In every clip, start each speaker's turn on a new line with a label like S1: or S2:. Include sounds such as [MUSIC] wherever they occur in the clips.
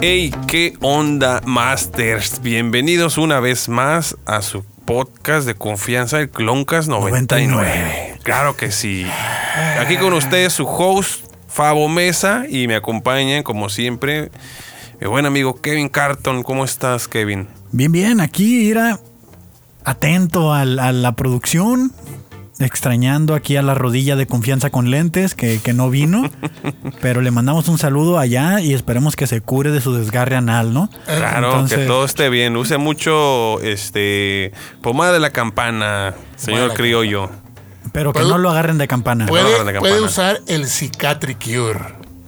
S1: Hey, ¿qué onda, Masters? Bienvenidos una vez más a su podcast de confianza, el Cloncas 99.
S2: 99.
S1: Claro que sí. Aquí con ustedes su host, Fabo Mesa, y me acompañan, como siempre, mi buen amigo Kevin Carton. ¿Cómo estás, Kevin?
S2: Bien, bien, aquí era atento al- a, la producción, extrañando aquí a la rodilla de confianza con lentes que, que
S1: [LAUGHS]
S2: no vino, pero le mandamos un saludo allá y esperemos que se cure de su desgarre anal, ¿no?
S1: Claro, que
S2: Entonces,
S1: todo esté bien. Use mucho este pomada de la campana,
S3: de
S1: señor
S3: la
S1: criollo.
S2: Pero que
S3: ¿Puedo-
S2: no lo agarren de campana.
S1: ¿Puedo-
S3: Puede,
S1: Orden de
S3: puede
S1: campana.
S3: usar el Cicatricure.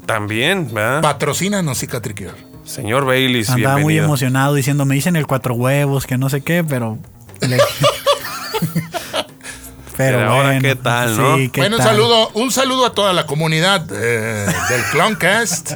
S1: También, ¿verdad?
S3: Patrocínanos Cicatricure.
S1: señor Bailey,
S2: Andaba muy
S1: bienvenido.
S2: emocionado diciendo, me dicen el cuatro huevos, que no sé qué, pero...
S1: [LAUGHS]
S2: le- [LAUGHS] pero
S1: Pero ahora,
S2: bueno,
S1: ¿qué tal, no?
S2: sí, ¿qué
S3: Bueno, un
S2: tal?
S3: saludo, un saludo a toda la comunidad eh, del Cloncast.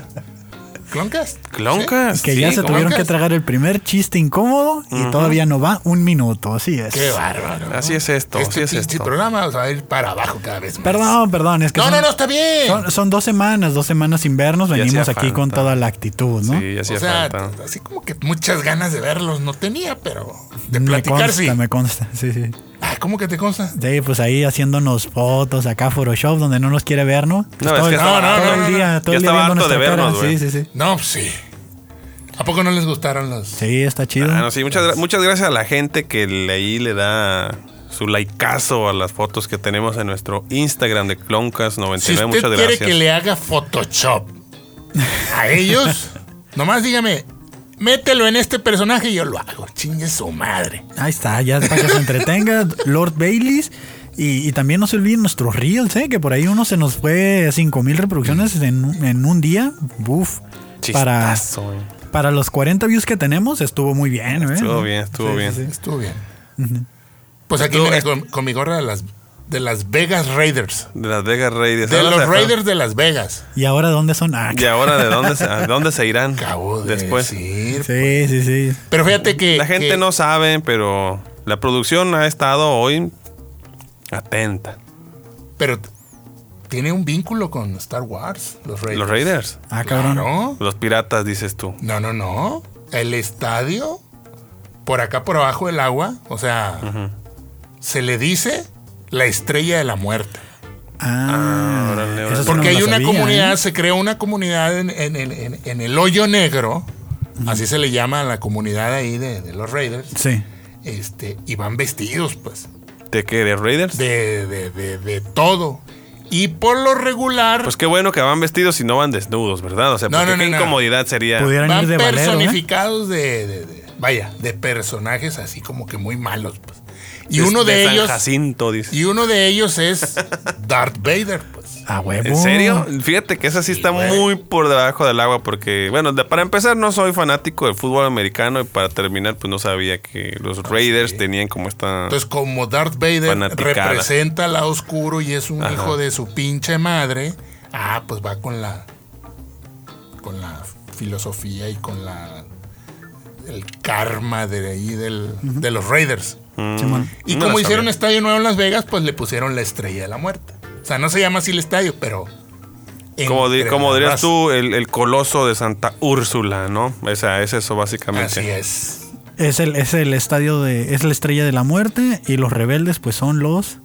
S3: ¿Cloncast?
S1: Cloncas.
S2: Que
S1: sí,
S2: ya se
S1: ¿cómo
S2: tuvieron
S3: que
S2: que
S3: es?
S2: tragar el primer chiste incómodo y todavía no va un minuto, así es.
S3: ¿Sí? Qué bárbaro.
S1: Así es esto,
S3: Este
S1: así es
S3: pinche
S1: esto.
S3: programa va a ir para abajo cada vez más.
S2: Perdón, perdón, es que
S3: No,
S2: son,
S3: no, no, está bien.
S2: son, son dos semanas, dos semanas sin vernos,
S1: hacía
S2: venimos aquí con
S1: falta.
S2: toda la actitud, ¿no?
S1: Sí, así
S3: o sea,
S1: falta.
S3: así como que muchas ganas de verlos no tenía, pero de
S2: me
S3: platicar
S2: consta,
S3: sí.
S2: me consta, sí, sí.
S3: Ah, ¿Cómo que te consta?
S2: Sí, pues ahí haciéndonos fotos acá Photoshop donde no nos quiere ver, ¿no?
S1: No, es
S2: Pues todo
S1: que
S2: el-
S1: estaba-
S3: no, no,
S2: todo
S3: no, no,
S2: el día,
S1: no.
S2: todo
S1: Ya
S2: el día
S1: estaba
S2: viendo
S1: harto de
S2: nuestra cara,
S1: vernos, güey.
S2: Sí, sí, sí.
S3: No, pues sí. ¿A poco no les gustaron los...?
S2: Sí, está chido.
S1: Ah, no, sí, muchas, gra- muchas gracias a la gente que le- ahí le da su likeazo a las fotos que tenemos en nuestro Instagram de Cloncas99.
S3: Si usted
S1: muchas
S3: quiere
S1: gracias.
S3: que le haga Photoshop
S1: [LAUGHS]
S3: a ellos, nomás dígame, mételo en este personaje y yo lo hago. Chingue su madre.
S2: Ahí está, ya para que se entretenga Lord Baileys. Y, y también no se olviden nuestros reels, ¿eh? que por ahí uno se nos fue 5000 reproducciones en, un- en un día. Uf. Para,
S1: Chistazo, güey.
S2: para los 40 views que tenemos estuvo muy bien. ¿eh?
S1: Estuvo bien, estuvo bien.
S3: Estuvo bien. Pues aquí viene con, con mi gorra de las, de las Vegas Raiders.
S1: De las Vegas Raiders.
S3: De
S1: Ahora
S3: los
S1: se-
S3: Raiders de Las Vegas.
S2: ¿Y ahora dónde son? Ah,
S1: ¿Y ahora de dónde, se- a dónde se irán?
S3: Acabo de
S1: después.
S3: decir.
S2: sí, sí, sí.
S3: Pero fíjate que...
S1: La gente
S3: que-
S1: no sabe, pero la producción ha estado hoy atenta.
S3: Pero tiene un vínculo con Star Wars, los Raiders.
S1: Los Raiders.
S2: Ah, cabrón.
S3: Claro.
S1: Los piratas, dices tú.
S3: No, no, no. El estadio, por acá por abajo del agua, o sea, se le dice la estrella de la muerte.
S2: Ah,
S1: Ah, órale,
S2: eso sí
S1: órale.
S2: no
S3: Porque
S2: me
S3: hay
S2: lo
S3: una
S2: sabía,
S3: comunidad,
S2: ¿eh?
S3: se creó una comunidad en, en- en- en- en el hoyo negro, así se le llama a la comunidad ahí de, de los Raiders,
S2: Sí.
S3: este, y van vestidos, pues,
S1: ¿De qué? ¿De Raiders?
S3: de, de- de- de todo. Y por lo regular
S1: Pues qué bueno que van vestidos y no van desnudos, ¿verdad? O sea,
S3: No,
S1: porque
S3: no, no,
S1: qué
S3: no.
S1: incomodidad sería.
S2: Pudieran
S3: van
S2: ir de valero. ¿eh?
S3: personificados de, de- de- vaya, de personajes así como que muy malos, pues. Y
S1: Des-
S3: uno de,
S1: este, San
S3: ellos...
S1: Jacinto, dice.
S3: Y uno de ellos es Darth Vader, pues.
S2: Ah, huevo.
S1: ¿En serio? Fíjate que esa sí está
S3: güey.
S1: muy por debajo del agua porque, bueno, de- para empezar no soy fanático del fútbol americano y para terminar pues no sabía que los Raiders tenían como esta...
S3: Entonces, como Darth Vader
S1: Fanaticada.
S3: representa al lado oscuro y es un
S1: Ajá.
S3: hijo de su pinche madre, ah, pues va con la. con la filosofía y con la. el karma de ahí del- de los Raiders.
S2: Simón.
S3: Y
S1: mm, No
S3: como
S1: la
S3: hicieron
S1: sabía.
S3: estadio nuevo en Las Vegas, pues le pusieron la estrella de la muerte. O sea, no se llama así el estadio, pero.
S1: como, di-
S3: entre
S1: como
S3: la
S1: dirías
S3: raza.
S1: tú, el, el coloso de Santa Úrsula, ¿no? O sea, es eso básicamente.
S3: Así es.
S2: Es el, es el estadio de. Es la estrella de la muerte. Y los rebeldes, pues son los.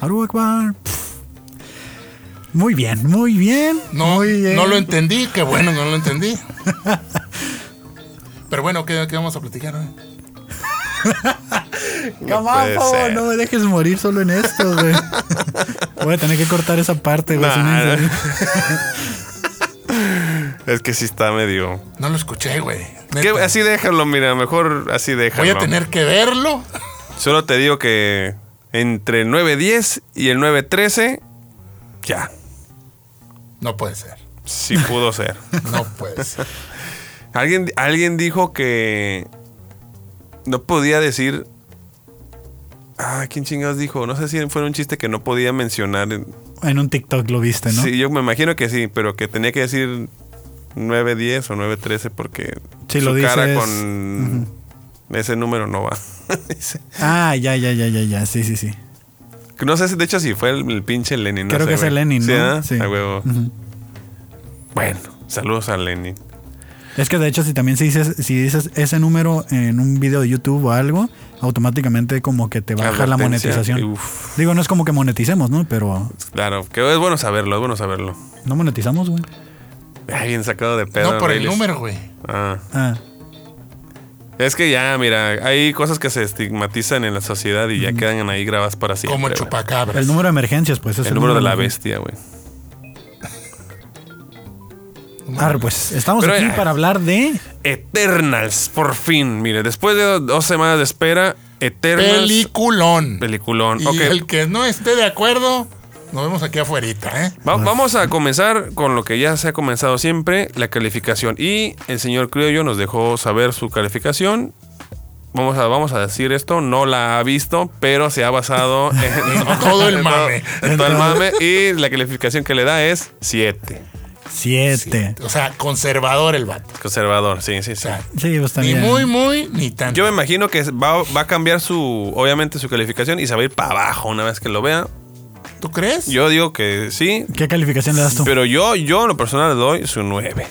S2: Aru Akbar. Pff. Muy bien, muy bien.
S3: No,
S2: muy bien.
S3: no lo entendí, qué bueno, no lo entendí. Pero bueno, ¿qué, qué vamos a platicar? eh?
S2: Come
S1: No
S2: on,
S1: puede
S2: Pavo,
S1: ser.
S2: no me dejes morir solo en esto,
S1: [LAUGHS]
S2: güey. Voy a tener que cortar esa parte, güey.
S1: Nah,
S2: si no,
S1: [LAUGHS]
S2: en
S1: no.
S2: serio.
S1: Es que sí está medio...
S3: No lo escuché, güey. Neta.
S1: Que así déjalo, mira, mejor así déjalo.
S3: Voy a tener que verlo.
S1: Solo te digo que entre el 9.10 y el 9.13, ya,
S3: No puede ser. [LAUGHS]
S1: sí pudo ser.
S3: No puede ser.
S1: Alguien, alguien dijo que no podía decir. Ah, ¿quién chingados dijo? No sé si fue un chiste que no podía mencionar.
S2: En un TikTok lo viste, ¿no?
S1: Sí, yo me imagino que sí, pero que tenía que decir 910 o 913 porque
S2: Si
S1: su
S2: lo
S1: cara
S2: dices-
S1: con ese número no va. [LAUGHS] Dice,
S2: Ah, ya, ya, ya, ya, ya. Sí, sí, sí.
S1: No sé, si- de hecho, si fue el, el pinche Lenin. no
S2: Creo
S1: sé,
S2: que es
S1: güey.
S2: el Lenin,
S1: Sí,
S2: ¿no?
S1: ¿verdad?
S2: Sí.
S1: A huevo.
S2: Ujú.
S1: Bueno, saludos a Lenin.
S2: Es que de hecho, si también si dices, si dices ese número en un video de YouTube o algo, automáticamente como que te baja la
S1: Advertencia.
S2: monetización.
S1: Uf,
S2: Digo, no es como que moneticemos, ¿no? Pero
S1: claro, que es bueno saberlo, es bueno saberlo.
S2: no monetizamos, güey.
S1: Ay, bien sacado de pedo.
S3: no por el
S1: Bailey.
S3: número, güey.
S1: Ah.
S2: Ah,
S1: Es que ya, mira, hay cosas que se estigmatizan en la sociedad y ya quedan ahí grabadas para siempre.
S3: Como el
S1: güey.
S3: chupacabras.
S2: el número de emergencias, pues es
S1: El número de la
S2: emergencias.
S1: bestia, güey.
S2: Arre, pues estamos
S1: Pero
S2: aquí
S1: ya.
S2: para hablar de
S1: Eternals, por fin. Mire, después de do- dos semanas de espera, Eternals.
S3: Peliculón.
S1: Peliculón.
S3: Y
S1: ok.
S3: el que no esté de acuerdo, nos vemos aquí afuerita, ¿eh?
S1: Va- vamos a comenzar con lo que ya se ha comenzado siempre, la calificación. Y el señor Criollo nos dejó saber su calificación. Vamos a, vamos a decir esto, no la ha visto, pero se ha
S3: [LAUGHS]
S1: basado [LAUGHS] en
S3: Todo el
S1: en
S3: mame.
S1: en todo el mame. Y la calificación que le da es 7.
S2: 7.
S3: O sea, conservador el vato.
S1: Conservador, sí, sí,
S3: O
S1: sí.
S3: sea,
S2: Sí, pues
S3: ni
S2: también.
S3: muy, muy, ni tanto.
S1: Yo me imagino que va, va a cambiar su, obviamente, su calificación y se va a ir para abajo una vez que lo vea.
S3: ¿Tú crees?
S1: Yo digo que sí,
S2: ¿Qué calificación le das tú?
S1: pero yo, yo en lo personal le doy su 9.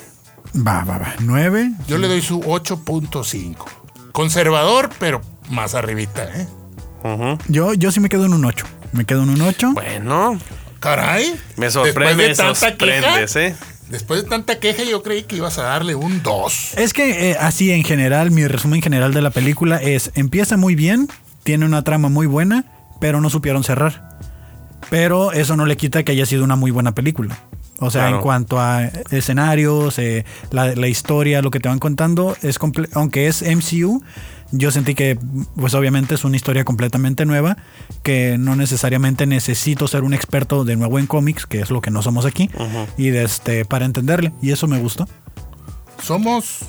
S2: Va, va, va. 9.
S3: Yo le doy su 8.5. Conservador, pero más arribita, ¿eh?
S2: Yo, yo sí me quedo en un 8. Me quedo en un 8.
S1: Bueno,
S3: Caray.
S1: me sorprende, sorprendes,
S3: queja,
S1: ¿eh?
S3: Después de tanta queja, yo creí que ibas a darle un 2.
S2: Es que eh, así en general, mi resumen general de la película es, empieza muy bien, tiene una trama muy buena, pero no supieron cerrar. Pero eso no le quita que haya sido una muy buena película. O sea,
S1: Claro.
S2: en cuanto a escenarios, eh, la, la historia, lo que te van contando, es comple- aunque es MCU, yo sentí que, pues obviamente es una historia completamente nueva, que no necesariamente necesito ser un experto de nuevo en cómics, que es lo que no somos aquí, y de este, para entenderle. Y eso me gustó.
S3: Somos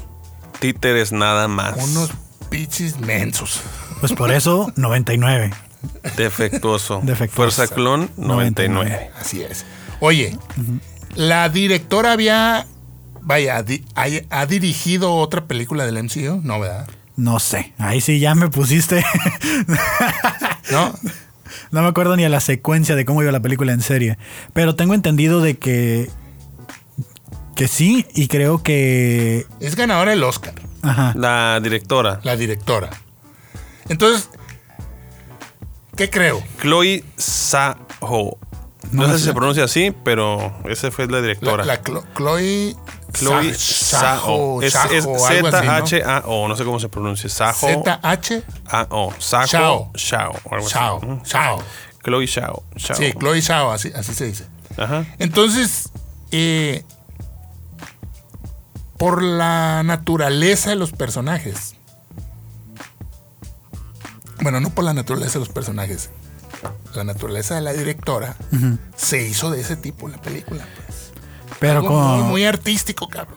S1: Títeres nada más.
S3: unos pichis mensos.
S2: Pues por eso, 99.
S1: [LAUGHS]
S3: [LAUGHS]
S1: Defectuoso.
S2: Defectuoso.
S1: Fuerza clon 99.
S2: 99.
S3: Así es. Oye, la directora había. Vaya, di- hay- ha dirigido otra película del MCU, ¿no, verdad?
S2: No sé. Ahí sí ya me pusiste. [LAUGHS]
S1: [LAUGHS]
S3: No.
S2: no me acuerdo ni a la secuencia de cómo iba la película en serie. Pero tengo entendido de que. Que sí, y creo que.
S3: Es ganadora del Oscar,
S2: Ajá.
S1: La directora,
S3: la directora. Entonces, ¿qué creo?
S1: Chloe Saho. No,
S2: No
S1: sé
S2: sé.
S1: si se pronuncia así, pero esa fue la
S3: La,
S1: directora.
S3: la Clo- Chloe.
S1: Chloe
S3: Sa-
S1: Saho. Es
S3: Sajo,
S1: es
S3: algo así, ¿no?
S1: Z-H-A-O. No sé cómo se pronuncia. Saho.
S3: ZH.
S1: A-O. Saho.
S3: Shao.
S1: Shao. o algo así.
S3: Chao. Chao.
S1: Chloe Shao. Shao.
S3: Sí, Chloe Chao, así, así se dice.
S1: Ajá.
S3: Entonces, eh, por la naturaleza de los personajes. Bueno, no por la naturaleza de los personajes. La naturaleza de la directora se hizo de ese tipo la película.
S2: Pero
S3: Algo muy,
S2: con.
S3: muy artístico, cabrón.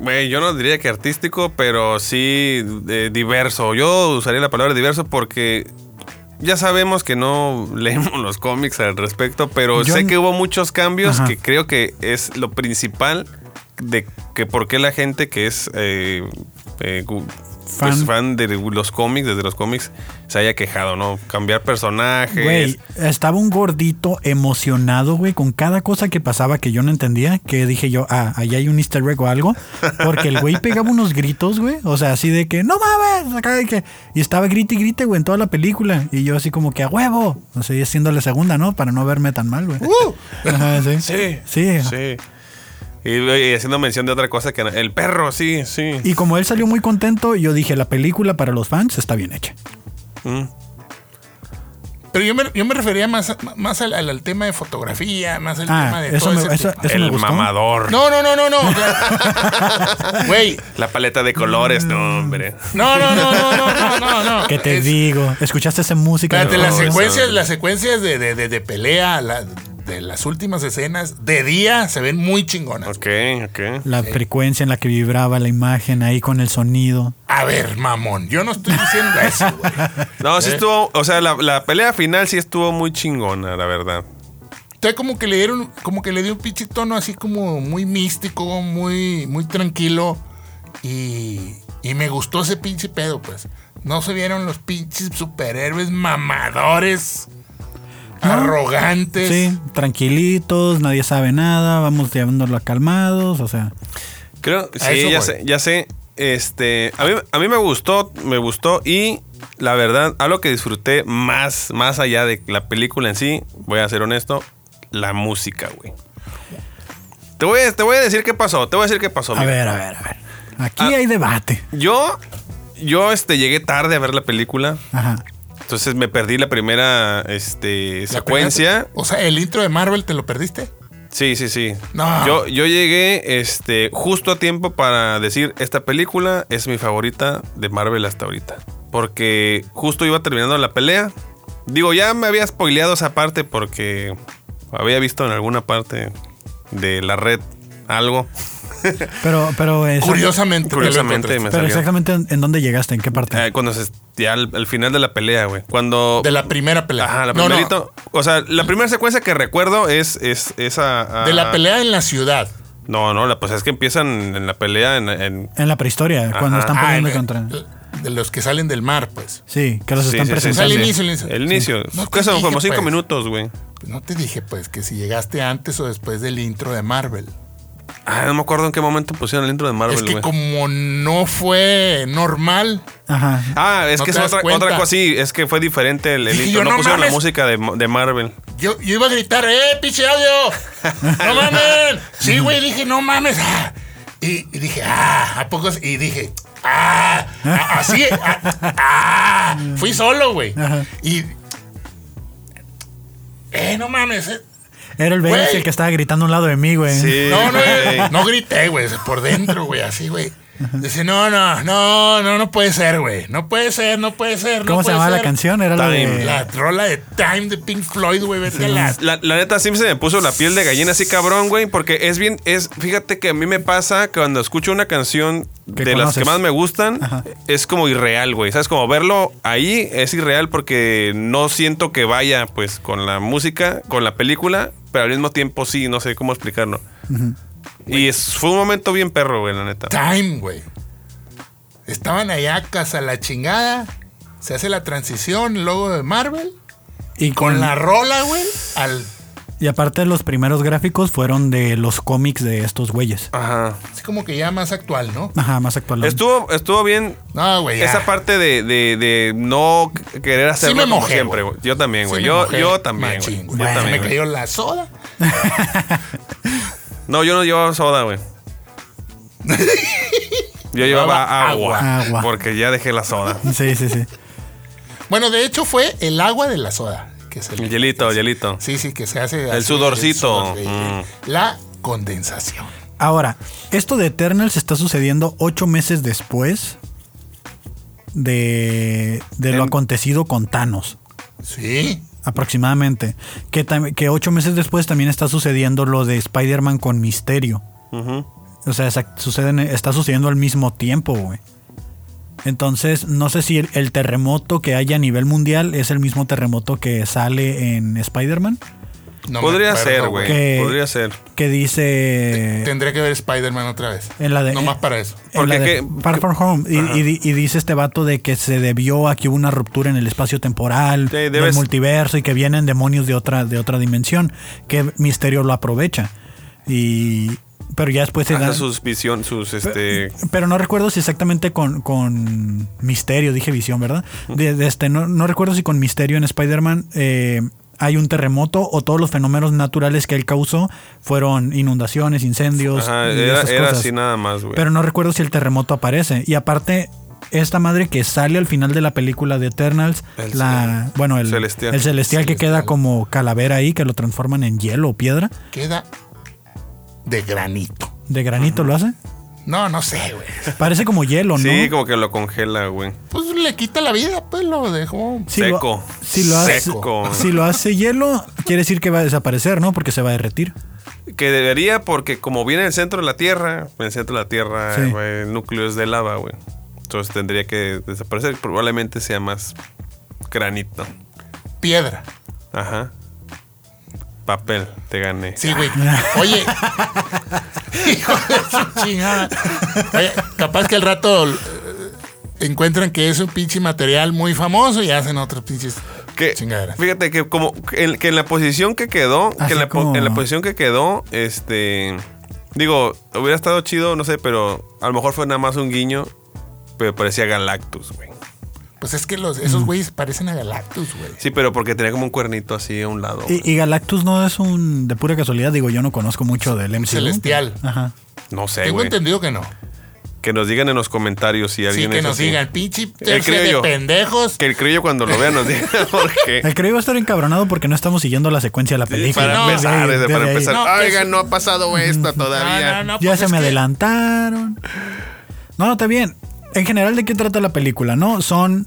S1: Güey, yo no diría que artístico, pero sí eh, diverso. Yo usaría la palabra diverso porque ya sabemos que no [LAUGHS] leemos los cómics al respecto, pero
S2: Yo
S1: sé
S2: n-
S1: que hubo muchos cambios
S2: Ajá.
S1: que creo que es lo principal de que por qué la gente que es eh, eh, gu- pues, fan.
S2: Fan.
S1: de los cómics, desde los cómics, se haya quejado, ¿no? Cambiar personajes.
S2: Güey, estaba un gordito emocionado, güey, con cada cosa que pasaba que yo no entendía, que dije yo, ah, ahí hay un easter egg o algo, porque el güey pegaba unos gritos, güey, o sea, así de que, no mames, acá de que, y estaba grite y grite, güey, en toda la película, y yo así como que a huevo, o sea, y haciendo la segunda, ¿no? Para no verme tan mal, güey.
S3: ¡Uh!
S2: Ajá, sí.
S1: Sí.
S2: Sí.
S1: Sí. Y, y haciendo mención de otra cosa que el perro, sí, sí.
S2: Y como él salió muy contento, yo dije, la película para los fans está bien hecha.
S1: Mm.
S3: Pero yo me, yo me refería más, a- más al, al- al tema de fotografía, más al tema
S2: Ah,
S3: de
S2: eso
S3: todo
S2: me,
S3: ese
S2: eso,
S3: tipo.
S2: eso me
S1: el
S2: gustó.
S1: mamador.
S3: No, no, no, no, no. claro.
S2: [LAUGHS]
S3: Güey,
S1: La paleta de colores,
S2: Mm.
S1: no, hombre.
S3: no, no, no, no, no, no, no, no.
S2: ¿Qué te
S3: Es-
S2: digo? ¿Escuchaste esa música?
S3: Espérate,
S1: No,
S3: las
S1: esa-
S3: secuencias, las secuencias de, de, de- de pelea, la- de las últimas escenas, de día se ven muy chingonas.
S1: Ok, ok.
S2: La frecuencia en la que vibraba la imagen ahí con el sonido.
S3: A ver, mamón, yo no estoy diciendo eso, güey.
S1: [LAUGHS] No,
S3: Eh.
S1: sí estuvo, o sea, la, la pelea final sí estuvo muy chingona, la verdad.
S3: Entonces como que le dieron, como que le dio un pinche tono así como muy místico, muy, muy tranquilo. Y, y me gustó ese pinche pedo, pues. No se vieron los pinches superhéroes mamadores. arrogantes.
S2: Sí, tranquilitos, nadie sabe nada, vamos llevándola calmados, o sea.
S1: Creo,
S3: A
S1: sí,
S3: eso
S1: ya
S3: voy.
S1: sé, ya sé. Este, a mí, a mí me gustó, me gustó y la verdad, algo que disfruté más, más allá de la película en sí, voy a ser honesto, la música, güey. Te voy, a- te voy a decir qué pasó, te voy a decir qué pasó.
S2: A
S1: mira.
S2: ver, a ver, a ver. Aquí
S1: Ah.
S2: hay debate.
S1: Yo, yo este, llegué tarde a ver la película,
S2: Ajá.
S1: entonces me perdí la primera este,
S3: La
S1: secuencia.
S3: primera- O sea, el intro de Marvel te lo perdiste.
S1: Sí, sí, sí.
S3: No.
S1: Yo, yo llegué este, justo a tiempo para decir, esta película es mi favorita de Marvel hasta ahorita. Porque justo iba terminando la pelea. Digo, ya me había spoileado esa parte porque había visto en alguna parte de la red algo. [LAUGHS]
S2: Pero, pero. esa-
S3: Curiosamente. te lo
S1: Curiosamente me
S3: encontraste.
S2: Pero
S1: salió.
S2: exactamente en, en dónde llegaste, en qué parte.
S1: Eh, cuando se, ya al, al final de la pelea, güey. Cuando...
S3: De la primera pelea.
S1: Ajá, la
S3: No, no,
S1: primerito- O sea, la primera secuencia que recuerdo es, es esa...
S3: de la pelea en la ciudad.
S1: No, no, la, pues es que empiezan en la pelea en- en
S2: En la prehistoria, cuando
S1: Ajá.
S2: están
S3: Ah,
S2: peleando
S3: en-
S2: contra.
S3: De los que salen del mar, pues.
S2: Sí, que los
S1: Sí,
S2: están
S1: sí, sí, sí,
S2: presentando.
S1: sí.
S3: El inicio, el inicio.
S1: El inicio.
S3: Sí. No te
S1: ¿Qué son?
S3: dije,
S1: Como cinco
S3: pues.
S1: minutos, güey.
S3: No te dije, pues, que si llegaste antes o después del intro de Marvel.
S1: Ah, no me acuerdo en qué momento pusieron el intro de Marvel,
S3: es que
S1: güey.
S3: como no fue normal,
S2: Ajá.
S1: Ah, es
S3: No
S1: que es
S3: te das
S1: otra,
S3: cuenta.
S1: otra cosa, sí, es que fue diferente el, el
S3: Dije
S1: intro.
S3: yo,
S1: No,
S3: "No
S1: pusieron la
S3: mames".
S1: música de, de Marvel.
S3: yo, yo iba a gritar, ¡eh, pinche
S2: [LAUGHS]
S3: audio! ¡No mames! Sí, güey, dije, no mames. Ah. Y, y dije, ah, ¿a poco? sí?" Y dije, ah, a- así, ah, ah. Fui solo, güey.
S2: Ajá.
S3: Y, eh, no mames. eh.
S2: Era el Vegas
S3: Güey.
S2: el que estaba gritando a un lado de mí, güey.
S1: Sí.
S3: No, no,
S1: güey.
S3: no grité, güey, por dentro, güey, así, güey. Dice, no, no, no, no, no puede ser, güey. No puede ser, no puede ser. no
S2: ¿Cómo se
S3: puede
S2: llamaba la
S3: ser".
S2: canción? Era la
S1: Time.
S2: de.
S3: La rola de Time de Pink Floyd, güey, vete a la
S1: La, la neta sí se me puso la piel de gallina así cabrón, güey, porque es bien, es, fíjate que a mí me pasa que cuando escucho una canción de
S2: Que
S1: las que
S2: conoces.
S1: más me gustan,
S2: Ajá.
S1: es como irreal, güey, ¿sabes? Como verlo ahí es irreal porque no siento que vaya pues con la música, con la película, pero al mismo tiempo sí, no sé cómo explicarlo. Y es- fue un momento bien perro, güey, la neta.
S3: Time, güey. Estaban allá casa la chingada. Se hace la transición, el logo de Marvel.
S2: Y
S3: Con la rola, güey, al.
S2: Y aparte, los primeros gráficos fueron de los cómics de estos güeyes.
S1: Ajá.
S3: Así como que ya más actual, ¿no?
S2: Ajá, más actual.
S1: Estuvo, estuvo bien
S3: No, güey. ya.
S1: Esa parte de, de- de no c- querer hacerlo
S3: me
S1: como
S3: mojé,
S1: siempre,
S3: güey.
S1: güey. Yo también,
S3: Sí
S1: güey.
S3: me
S1: yo,
S3: mojé,
S1: yo también, güey.
S3: machín,
S1: Yo
S3: güey. Se
S1: también,
S3: me
S1: güey.
S3: cayó la soda.
S1: No, yo no llevaba soda, güey. Yo llevaba
S3: Llevaba
S1: agua,
S2: agua.
S1: Porque ya dejé la soda.
S2: Sí, sí, sí.
S3: Bueno, de hecho fue el agua de la soda. Que se
S1: El hielito, el hielito.
S3: Sí, sí, que se hace. así,
S1: El sudorcito.
S3: el
S1: Mm.
S3: La condensación.
S2: Ahora, esto de Eternals está sucediendo ocho meses después de, de lo
S1: En-
S2: acontecido con Thanos,
S3: Sí.
S2: aproximadamente. Que, tam- que ocho meses después también está sucediendo lo de Spider-Man con Misterio.
S1: Ujú.
S2: O sea, esa- suceden, está sucediendo al mismo tiempo, güey. Entonces, no sé si el, el terremoto que hay a nivel mundial es el mismo terremoto que sale en Spider-Man.
S3: No me
S1: Podría
S3: acuerdo,
S1: ser, güey.
S2: güey.
S1: Podría ser.
S2: Que dice...
S3: Tendría que ver Spider-Man otra vez.
S2: En la de- E-
S3: no más para eso.
S2: en la
S1: Porque
S2: de
S1: que-
S2: Far From Home. Y, y di- y dice este vato de que se debió a que hubo una ruptura en el espacio temporal,
S1: Sí,
S2: del
S1: debes-
S2: multiverso y que vienen demonios de otra, de otra dimensión. Que Misterio lo aprovecha. Y... Pero ya después se
S1: Hace
S2: da...
S1: sus visión, sus este.
S2: Pero no recuerdo si exactamente con, con Misterio, dije visión, ¿verdad? De, de este, no, no recuerdo si con Misterio en Spider-Man eh, hay un terremoto o todos los fenómenos naturales que él causó fueron inundaciones, incendios.
S1: Ajá,
S2: y
S1: era,
S2: esas
S1: era
S2: cosas.
S1: así nada más, güey.
S2: Pero no recuerdo si el terremoto aparece. Y aparte, esta madre que sale al final de la película de Eternals,
S1: El
S2: la,
S1: cel-
S2: bueno, el
S1: celestial.
S2: el celestial que queda como calavera ahí, que lo transforman en hielo o piedra,
S3: Queda de granito.
S2: de granito lo hace.
S3: No, no sé, güey.
S2: Parece como hielo, ¿no?
S1: [LAUGHS] Sí, como que lo congela, güey.
S3: Pues le quita la vida, pues lo dejó.
S2: Si
S1: Seco.
S2: Lo, si, lo hace,
S1: Seco.
S2: [LAUGHS] si lo hace hielo, quiere decir que va a desaparecer, ¿no? Porque se va a derretir.
S1: Que debería, porque como viene el centro de la Tierra, en el centro de la Tierra,
S2: Sí.
S1: güey, el núcleo es de lava, güey. Entonces tendría que desaparecer. Probablemente sea más granito.
S3: Piedra.
S1: Ajá. Papel, te gané.
S3: Sí,
S2: [LAUGHS]
S3: güey. Oye. [LAUGHS] Hijo de su chingada. Oye, capaz que al rato eh, encuentran que es un pinche material muy famoso y hacen otros pinches
S1: Que,
S3: Chingadera.
S1: fíjate que como que en, que en la posición que quedó, que
S2: Así
S1: en la, po-
S2: como-
S1: en la posición que quedó, este digo, hubiera estado chido, no sé, pero a lo mejor fue nada más un guiño, pero parecía Galactus, güey.
S3: Pues es que los,
S2: Mm.
S3: esos güeyes parecen a Galactus, güey.
S1: Sí, pero porque tenía como un cuernito así a un lado. güey.
S2: Y, y Galactus no es un. De pura casualidad, digo, yo no conozco mucho del MCU.
S3: Celestial.
S2: Ajá.
S1: No sé,
S3: Tengo
S1: güey.
S3: entendido que no.
S1: Que nos digan en los comentarios si
S3: Sí,
S1: alguien
S3: que
S1: es
S3: nos
S1: así.
S3: digan, pinche tercia de
S1: criollo.
S3: pendejos.
S1: Que el crillo cuando lo vea nos diga [LAUGHS] porque
S2: El creo iba a estar encabronado porque no estamos siguiendo la secuencia [LAUGHS] de la película.
S1: para
S3: no,
S1: empezar,
S2: Desde-
S1: ese, para
S2: desde ahí.
S1: empezar.
S3: No, que
S1: Oigan,
S3: es-
S1: no ha
S3: [LAUGHS]
S1: pasado esto todavía.
S2: ya
S3: pues
S2: se
S3: es
S2: me
S3: que-
S2: adelantaron. No, está bien. En general, ¿de qué trata la película? ¿No? Son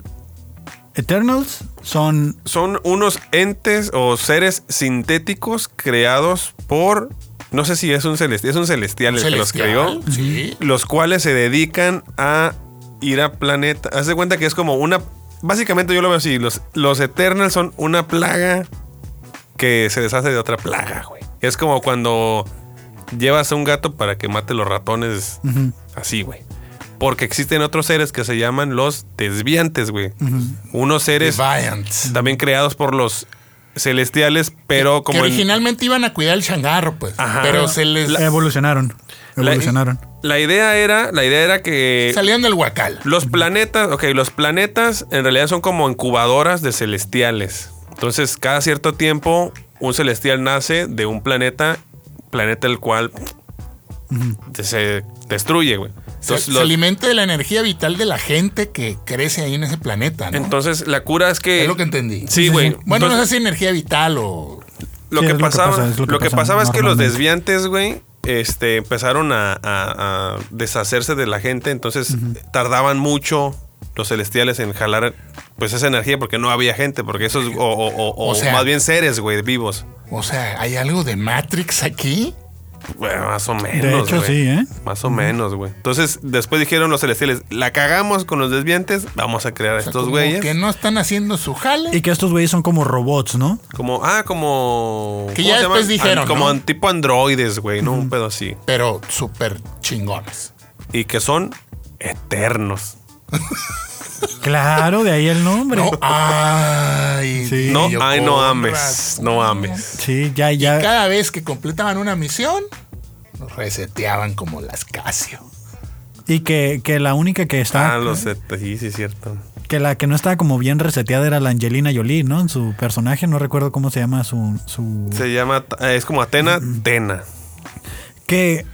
S2: Eternals, son
S1: son unos entes o seres sintéticos creados por. No sé si es un celestial, es un celestial el que los
S3: Celestial,
S1: creó.
S3: sí.
S1: Los cuales se dedican a ir a planeta. Haz de cuenta que es como una. Básicamente yo lo veo así. Los, los Eternals son una plaga que se deshace de otra plaga, güey. Es como cuando llevas a un gato para que mate los ratones. Así, güey. Porque existen otros seres que se llaman los desviantes, güey. Unos seres
S3: Deviants.
S1: también creados por los celestiales, pero como
S3: que
S1: en-
S3: originalmente iban a cuidar el changarro, pues.
S1: Ajá.
S3: Pero se les
S2: evolucionaron.
S1: la,
S2: Evolucionaron.
S1: la idea era, la idea era que
S3: salían del huacal.
S1: los planetas, ok, los planetas en realidad son como incubadoras de celestiales. Entonces, cada cierto tiempo un celestial nace de un planeta, planeta el cual se destruye, güey.
S3: Se,
S1: Entonces,
S3: se
S1: los-
S3: alimenta de la energía vital de la gente que crece ahí en ese planeta, ¿no?
S1: entonces, la cura es que
S3: es lo que entendí.
S1: Sí, güey.
S3: Bueno, no
S1: Entonces-
S3: sé si energía vital o.
S1: Lo
S2: Sí,
S1: que
S2: es lo que
S1: pasaba,
S2: pasa, es
S1: lo que,
S2: pasa
S1: pasaba es que los
S2: normalmente.
S1: desviantes, güey, este, empezaron a, a- a deshacerse de la gente, entonces tardaban mucho los celestiales en jalar pues esa energía porque no había gente, porque esos o, o- o-
S3: O
S1: o
S3: sea-
S1: más bien seres, güey, vivos.
S3: O sea, ¿hay algo de Matrix aquí?
S1: Bueno, más o menos.
S2: hecho,
S1: güey.
S2: sí, ¿eh?
S1: Más o menos, güey. Entonces, después dijeron los celestiales, la cagamos con los desviantes, vamos a crear a
S3: O sea,
S1: estos
S3: como
S1: güeyes.
S3: Que no están haciendo su jale.
S2: Y que estos güeyes son como robots,
S3: [LAUGHS]
S2: ¿no?
S1: Como, ah, como.
S3: Que
S1: ¿cómo
S3: ya
S1: se
S3: después
S1: llaman?
S3: dijeron,
S1: Como
S3: ¿no?
S1: tipo androides, güey, ¿no? Un pedo así.
S3: Pero súper chingones.
S1: y que son eternos.
S2: Claro, de ahí el nombre.
S3: No, ay.
S2: Sí.
S1: No,
S3: Dios,
S1: ay, no
S3: con
S1: ames,
S3: razón.
S1: no ames.
S2: Sí, ya, ya.
S3: Cada vez que completaban una misión, nos reseteaban como las Casio.
S2: Y que, que la única que está.
S1: Ah, los et- sí, sí, cierto.
S2: Que la que no estaba como bien reseteada era la Angelina Jolie, ¿no? En su personaje, no recuerdo cómo se llama su. su...
S1: Se llama, eh, es como Atena, Tena.
S2: Que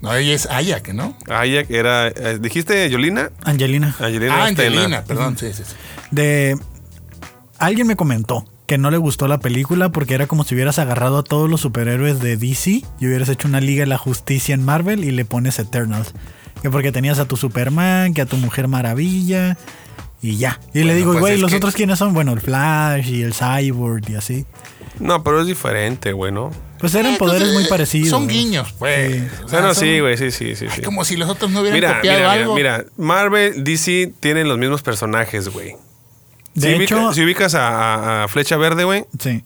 S3: No, ella es Ayak, ¿no?
S1: Hayek era, eh, dijiste Yolina,
S2: Angelina.
S1: Angelina,
S3: Ah,
S1: es Tena.
S3: Angelina, perdón, sí, sí. sí.
S2: De. Alguien me comentó que no le gustó la película porque era como si hubieras agarrado a todos los superhéroes de DC y hubieras hecho una Liga de la Justicia en Marvel y le pones Eternals. Que porque tenías a tu Superman, que a tu Mujer Maravilla y ya. Y le
S3: Bueno,
S2: digo,
S3: pues
S2: güey,
S3: es
S2: ¿los
S3: que-
S2: otros quiénes son? Bueno, el Flash y el Cyborg y así.
S1: No, pero es diferente, güey, ¿no?
S2: Pues eran
S3: Eh,
S2: poderes
S3: entonces,
S2: muy parecidos.
S3: Son guiños, pues. O sea,
S1: Bueno,
S3: son-
S1: Ah, sí, güey, sí, sí, sí.
S3: ay,
S1: sí.
S3: Como si los otros no hubieran
S1: Mira,
S3: copiado
S1: mira, mira,
S3: algo.
S1: mira, Marvel, DC tienen los mismos personajes, güey.
S2: De
S1: si, ubica-
S2: hecho,
S1: si ubicas a, a- a Flecha Verde, güey.
S2: sí.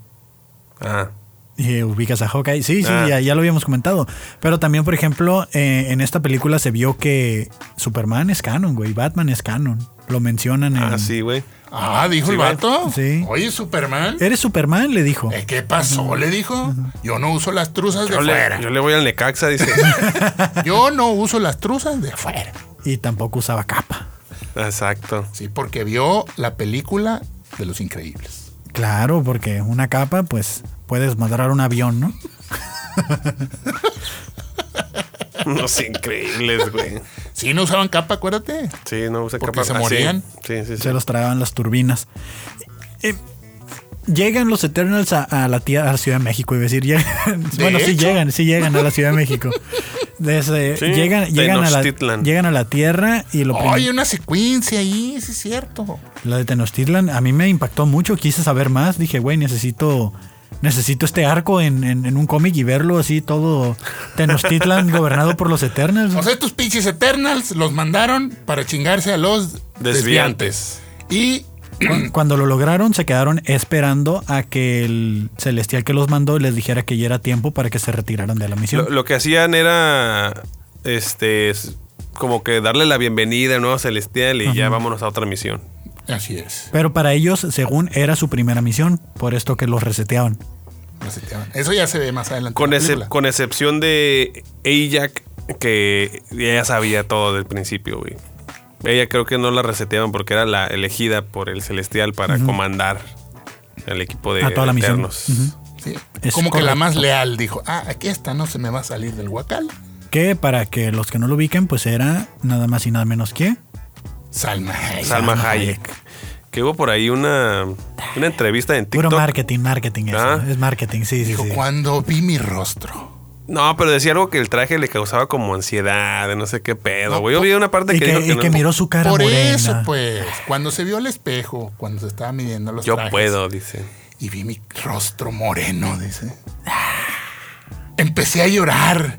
S1: Ah,
S2: Y eh, ubicas a Hawkeye. Sí, sí,
S1: Ah.
S2: ya, ya lo habíamos comentado. Pero también, por ejemplo, eh, en esta película se vio que Superman es canon, güey. Batman es canon. Lo mencionan
S3: Mm.
S2: en.
S1: ah, sí, güey.
S3: Ah, dijo
S1: Sí,
S3: el
S1: güey.
S3: vato.
S2: Sí. Eh.
S3: Oye, Superman.
S2: ¿Eres Superman? Le dijo.
S3: eh, ¿Qué pasó? Le dijo. Yo no uso las truzas de
S1: Yo le,
S3: fuera.
S1: yo le voy al Necaxa,
S3: [LAUGHS]
S1: dice.
S3: Yo no uso las truzas de fuera.
S2: Y tampoco usaba capa.
S1: Exacto. [LAUGHS]
S3: Sí, porque vio la película de Los Increíbles.
S2: Claro, porque una capa, pues puedes madrar un avión, ¿no?
S1: Unos increíbles, güey.
S3: Sí, no usaban capa, acuérdate.
S1: Sí, no usa
S3: Porque
S1: capa-
S3: se
S1: ah, sí.
S3: morían.
S1: Sí, sí, sí.
S2: Se los tragaban las turbinas. Eh, llegan los Eternals a, a la, tía- a la Ciudad de México, iba a decir. llegan-
S3: De
S2: bueno, sí
S3: hecho.
S2: llegan, sí llegan a la Ciudad de México. Desde,
S1: Sí,
S2: llegan, llegan, a la,
S1: Tenochtitlan.
S2: llegan a la Tierra y lo prim-
S3: Oye, una secuencia ahí, sí es cierto.
S2: La de Tenochtitlan a mí me impactó mucho, quise saber más. Dije, güey, necesito... Necesito este arco en, en- en un cómic y verlo así todo
S1: [LAUGHS]
S2: Tenochtitlan gobernado por los Eternals.
S3: O sea, estos pinches Eternals los mandaron para chingarse a los
S1: Desviantes.
S3: desviantes. Y
S2: Cuando lo lograron, se quedaron esperando a que el celestial que los mandó les dijera que ya era tiempo para que se retiraran de la misión.
S1: Lo, lo que hacían era este s- como que darle la bienvenida al nuevo celestial y ya vámonos a otra misión.
S3: Así es.
S2: Pero para ellos, según era su primera misión, por esto que los reseteaban.
S3: Reseteaban. Eso ya se ve más adelante. en
S1: Con,
S3: la
S1: excep-
S3: película.
S1: con excepción de Ajak, que ella sabía todo del principio, güey. Ella creo que no la reseteaban porque era la elegida por el Celestial para comandar al equipo de
S2: A toda la misión.
S1: Eternos.
S3: Sí.
S2: Es
S3: Como que la
S2: correcto.
S3: más leal dijo, ah, aquí esta no se me va a salir del huacal.
S2: Que para que los que no lo ubiquen, pues era nada más y nada menos que.
S3: Salma. Hayek.
S1: Salma
S2: Salma
S1: Hayek. Que hubo por ahí una, una entrevista en
S2: Puro
S1: TikTok.
S2: marketing, marketing eso.
S1: Ah.
S2: Es marketing, sí, sí,
S3: Dijo,
S2: sí.
S3: cuando vi mi rostro.
S1: No, pero decía algo que el traje le causaba como ansiedad, de no sé qué pedo, güey. Yo vi una parte
S2: Y
S1: que,
S2: que,
S1: dijo que
S2: y
S1: no-
S2: que miró su cara
S3: Por
S2: morena.
S3: eso, pues, cuando se vio al espejo, cuando se estaba midiendo los
S1: Yo
S3: trajes,
S1: puedo, dice.
S3: Y vi mi rostro moreno, dice. Empecé a llorar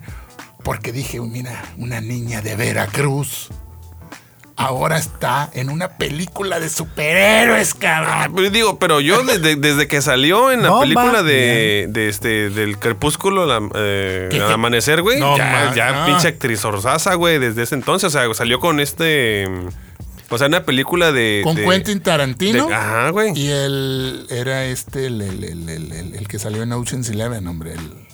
S3: porque dije, mira, una niña de Veracruz ahora está en una película de superhéroes,
S1: Ah,
S3: cabrón.
S1: pero digo, pero yo desde, desde que salió en la
S2: No,
S1: película
S2: va
S1: de, de este del crepúsculo la, eh,
S3: ¿Qué?
S1: al amanecer, güey,
S3: No,
S1: ya,
S3: ma-
S1: ya
S3: ah.
S1: pinche actriz orzaza, güey, desde ese entonces, o sea, salió con este mm, o sea, una película de
S3: Con
S1: de-
S3: Quentin Tarantino.
S1: de- ajá, güey.
S3: Y él era este, el, el- el- el- el- el que salió en Ocean's Eleven, hombre. el-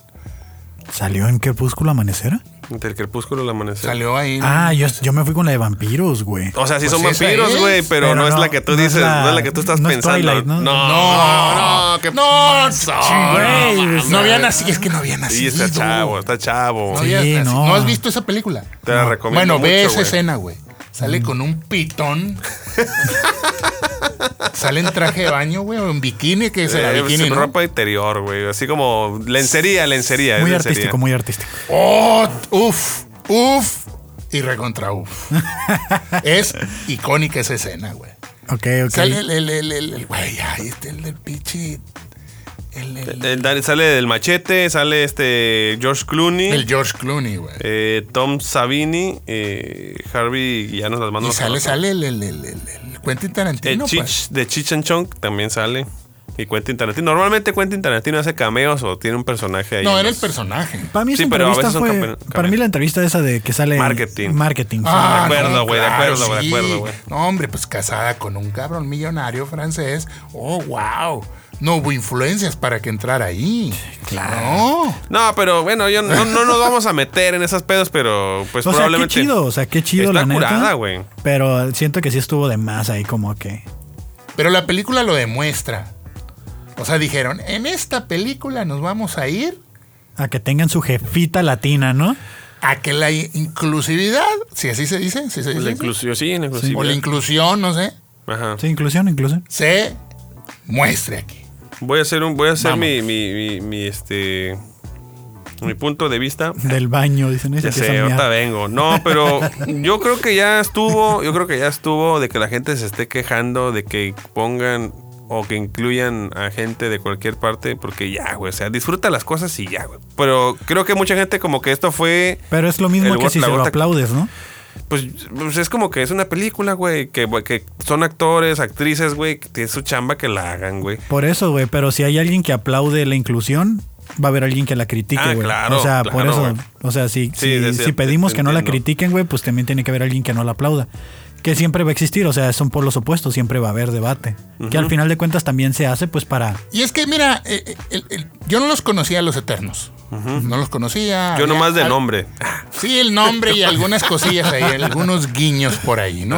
S2: ¿Salió en Crepúsculo Amanecer?
S1: Del crepúsculo al amanecer.
S3: salió ahí.
S2: Ah, yo, yo me fui con la de vampiros, güey.
S1: O sea, sí
S3: Pues
S1: son
S3: esa
S1: vampiros,
S3: es,
S1: güey, pero,
S2: pero
S1: no, es
S2: no-
S1: la que tú
S2: no es
S1: dices,
S2: la-
S1: no es la que tú estás
S2: no es
S1: pensando.
S2: Twilight, ¿no?
S1: no,
S3: No,
S1: no,
S3: no,
S1: que-
S3: no,
S2: güey,
S3: no,
S2: pues,
S3: no había nacido, es que no había nacido.
S1: Sí, está chavo, está chavo.
S3: No,
S2: Sí,
S3: había nacido.
S2: no.
S3: no has visto esa película.
S1: Te la recomiendo
S3: Bueno, ve
S1: mucho,
S3: esa
S1: güey.
S3: escena, güey. Sale con un pitón. Sale en traje de baño, güey, o en bikini, que es la
S1: Eh,
S3: bikini,
S1: sí,
S3: ¿no?
S1: ropa interior, güey, así como lencería, lencería, es
S2: Muy
S1: lencería.
S2: artístico, muy artístico.
S3: Oh, uf, uf y
S2: [LAUGHS]
S3: recontra uf. es icónica esa escena, güey.
S2: Ok, ok.
S3: Sale el, el, el, el, el- güey, ahí está el del pinche. El, el,
S1: El Eh, Dani- sale del machete, sale este George Clooney,
S3: el George Clooney, güey.
S1: eh, Tom Savini, eh, Harvey, ya nos las mandó.
S3: Y sale, sale el, el, el, el, el Quentin
S1: El
S3: Tarantino, pues.
S1: Eh, Chich de Chich and Chong también sale. Y Quentin Tarantino. Normalmente Quentin Tarantino hace cameos o tiene un personaje ahí.
S3: No,
S1: en
S3: era el
S1: los-
S3: personaje.
S2: Para mí esa
S1: Sí, pero a veces
S2: entrevista
S1: son
S2: fue-
S1: campe- campe-
S2: Para mí la entrevista esa de que sale...
S1: Marketing.
S2: Marketing. sí.
S3: Ah,
S1: De acuerdo,
S3: no,
S1: güey, de acuerdo, güey, de acuerdo, güey.
S3: No, hombre, pues casada con un cabrón millonario francés. Oh, wow. No hubo influencias para que entrara ahí. Claro.
S1: No, pero bueno, yo no, no nos vamos a meter en esas pedos, pero pues
S2: [LAUGHS] o sea, qué
S1: probablemente.
S2: chido, o sea, qué chido
S1: Está
S2: la neta.
S1: curada, güey.
S2: Pero siento que sí estuvo de más ahí como que...
S3: Pero la película lo demuestra. O sea, dijeron, en esta película nos vamos a ir
S2: A que tengan su jefita latina, ¿no?
S3: a que la inclusividad, si así se dice, si se
S1: Pues,
S3: dice
S1: la inclusión, sí, la
S3: o la
S1: inclusividad.
S3: inclusión, no sé,
S1: Ajá.
S2: Sí, inclusión, inclusión.
S3: se muestre aquí.
S1: Voy a hacer un, voy a hacer
S3: Vamos.
S1: mi, mi, mi, mi, este, mi punto de vista.
S2: Del baño, dicen. y
S1: Ya
S2: se empieza a
S1: sé,
S2: mear.
S1: ahorita vengo. No, pero yo creo que ya estuvo, yo creo que ya estuvo de que la gente se esté quejando de que pongan o que incluyan a gente de cualquier parte, porque ya, güey, o sea, disfruta las cosas y ya, güey. Pero creo que mucha gente como que esto fue,
S2: Pero es lo mismo
S1: El
S2: que si
S1: gota-
S2: se lo
S1: gota-
S2: aplaudes, ¿no?
S1: pues, pues, es como que es una película, güey, que, que son actores, actrices, güey, que tiene su chamba que la hagan, güey.
S2: Por eso, güey. Pero si hay alguien que aplaude la inclusión, va a haber alguien que la critique,
S1: Ah,
S2: güey.
S1: claro,
S2: o sea, por
S1: claro,
S2: eso.
S1: güey.
S2: O sea, si,
S1: Sí,
S2: si,
S1: sí, sí,
S2: si pedimos
S1: te
S2: que no la
S1: entiendo.
S2: critiquen, güey, pues también tiene que haber alguien que no la aplauda. Que siempre va a existir, o sea, son por los opuestos, siempre va a haber debate. Que al final de cuentas también se hace, pues, para.
S3: Y es que, mira, eh, eh, el- el- yo no los conocía a los Eternos. No los conocía.
S1: Yo
S3: Había
S1: nomás de
S3: al- [LAUGHS]
S1: nombre.
S3: Sí, el nombre y algunas cosillas
S1: [LAUGHS]
S3: ahí, algunos guiños por ahí, ¿no?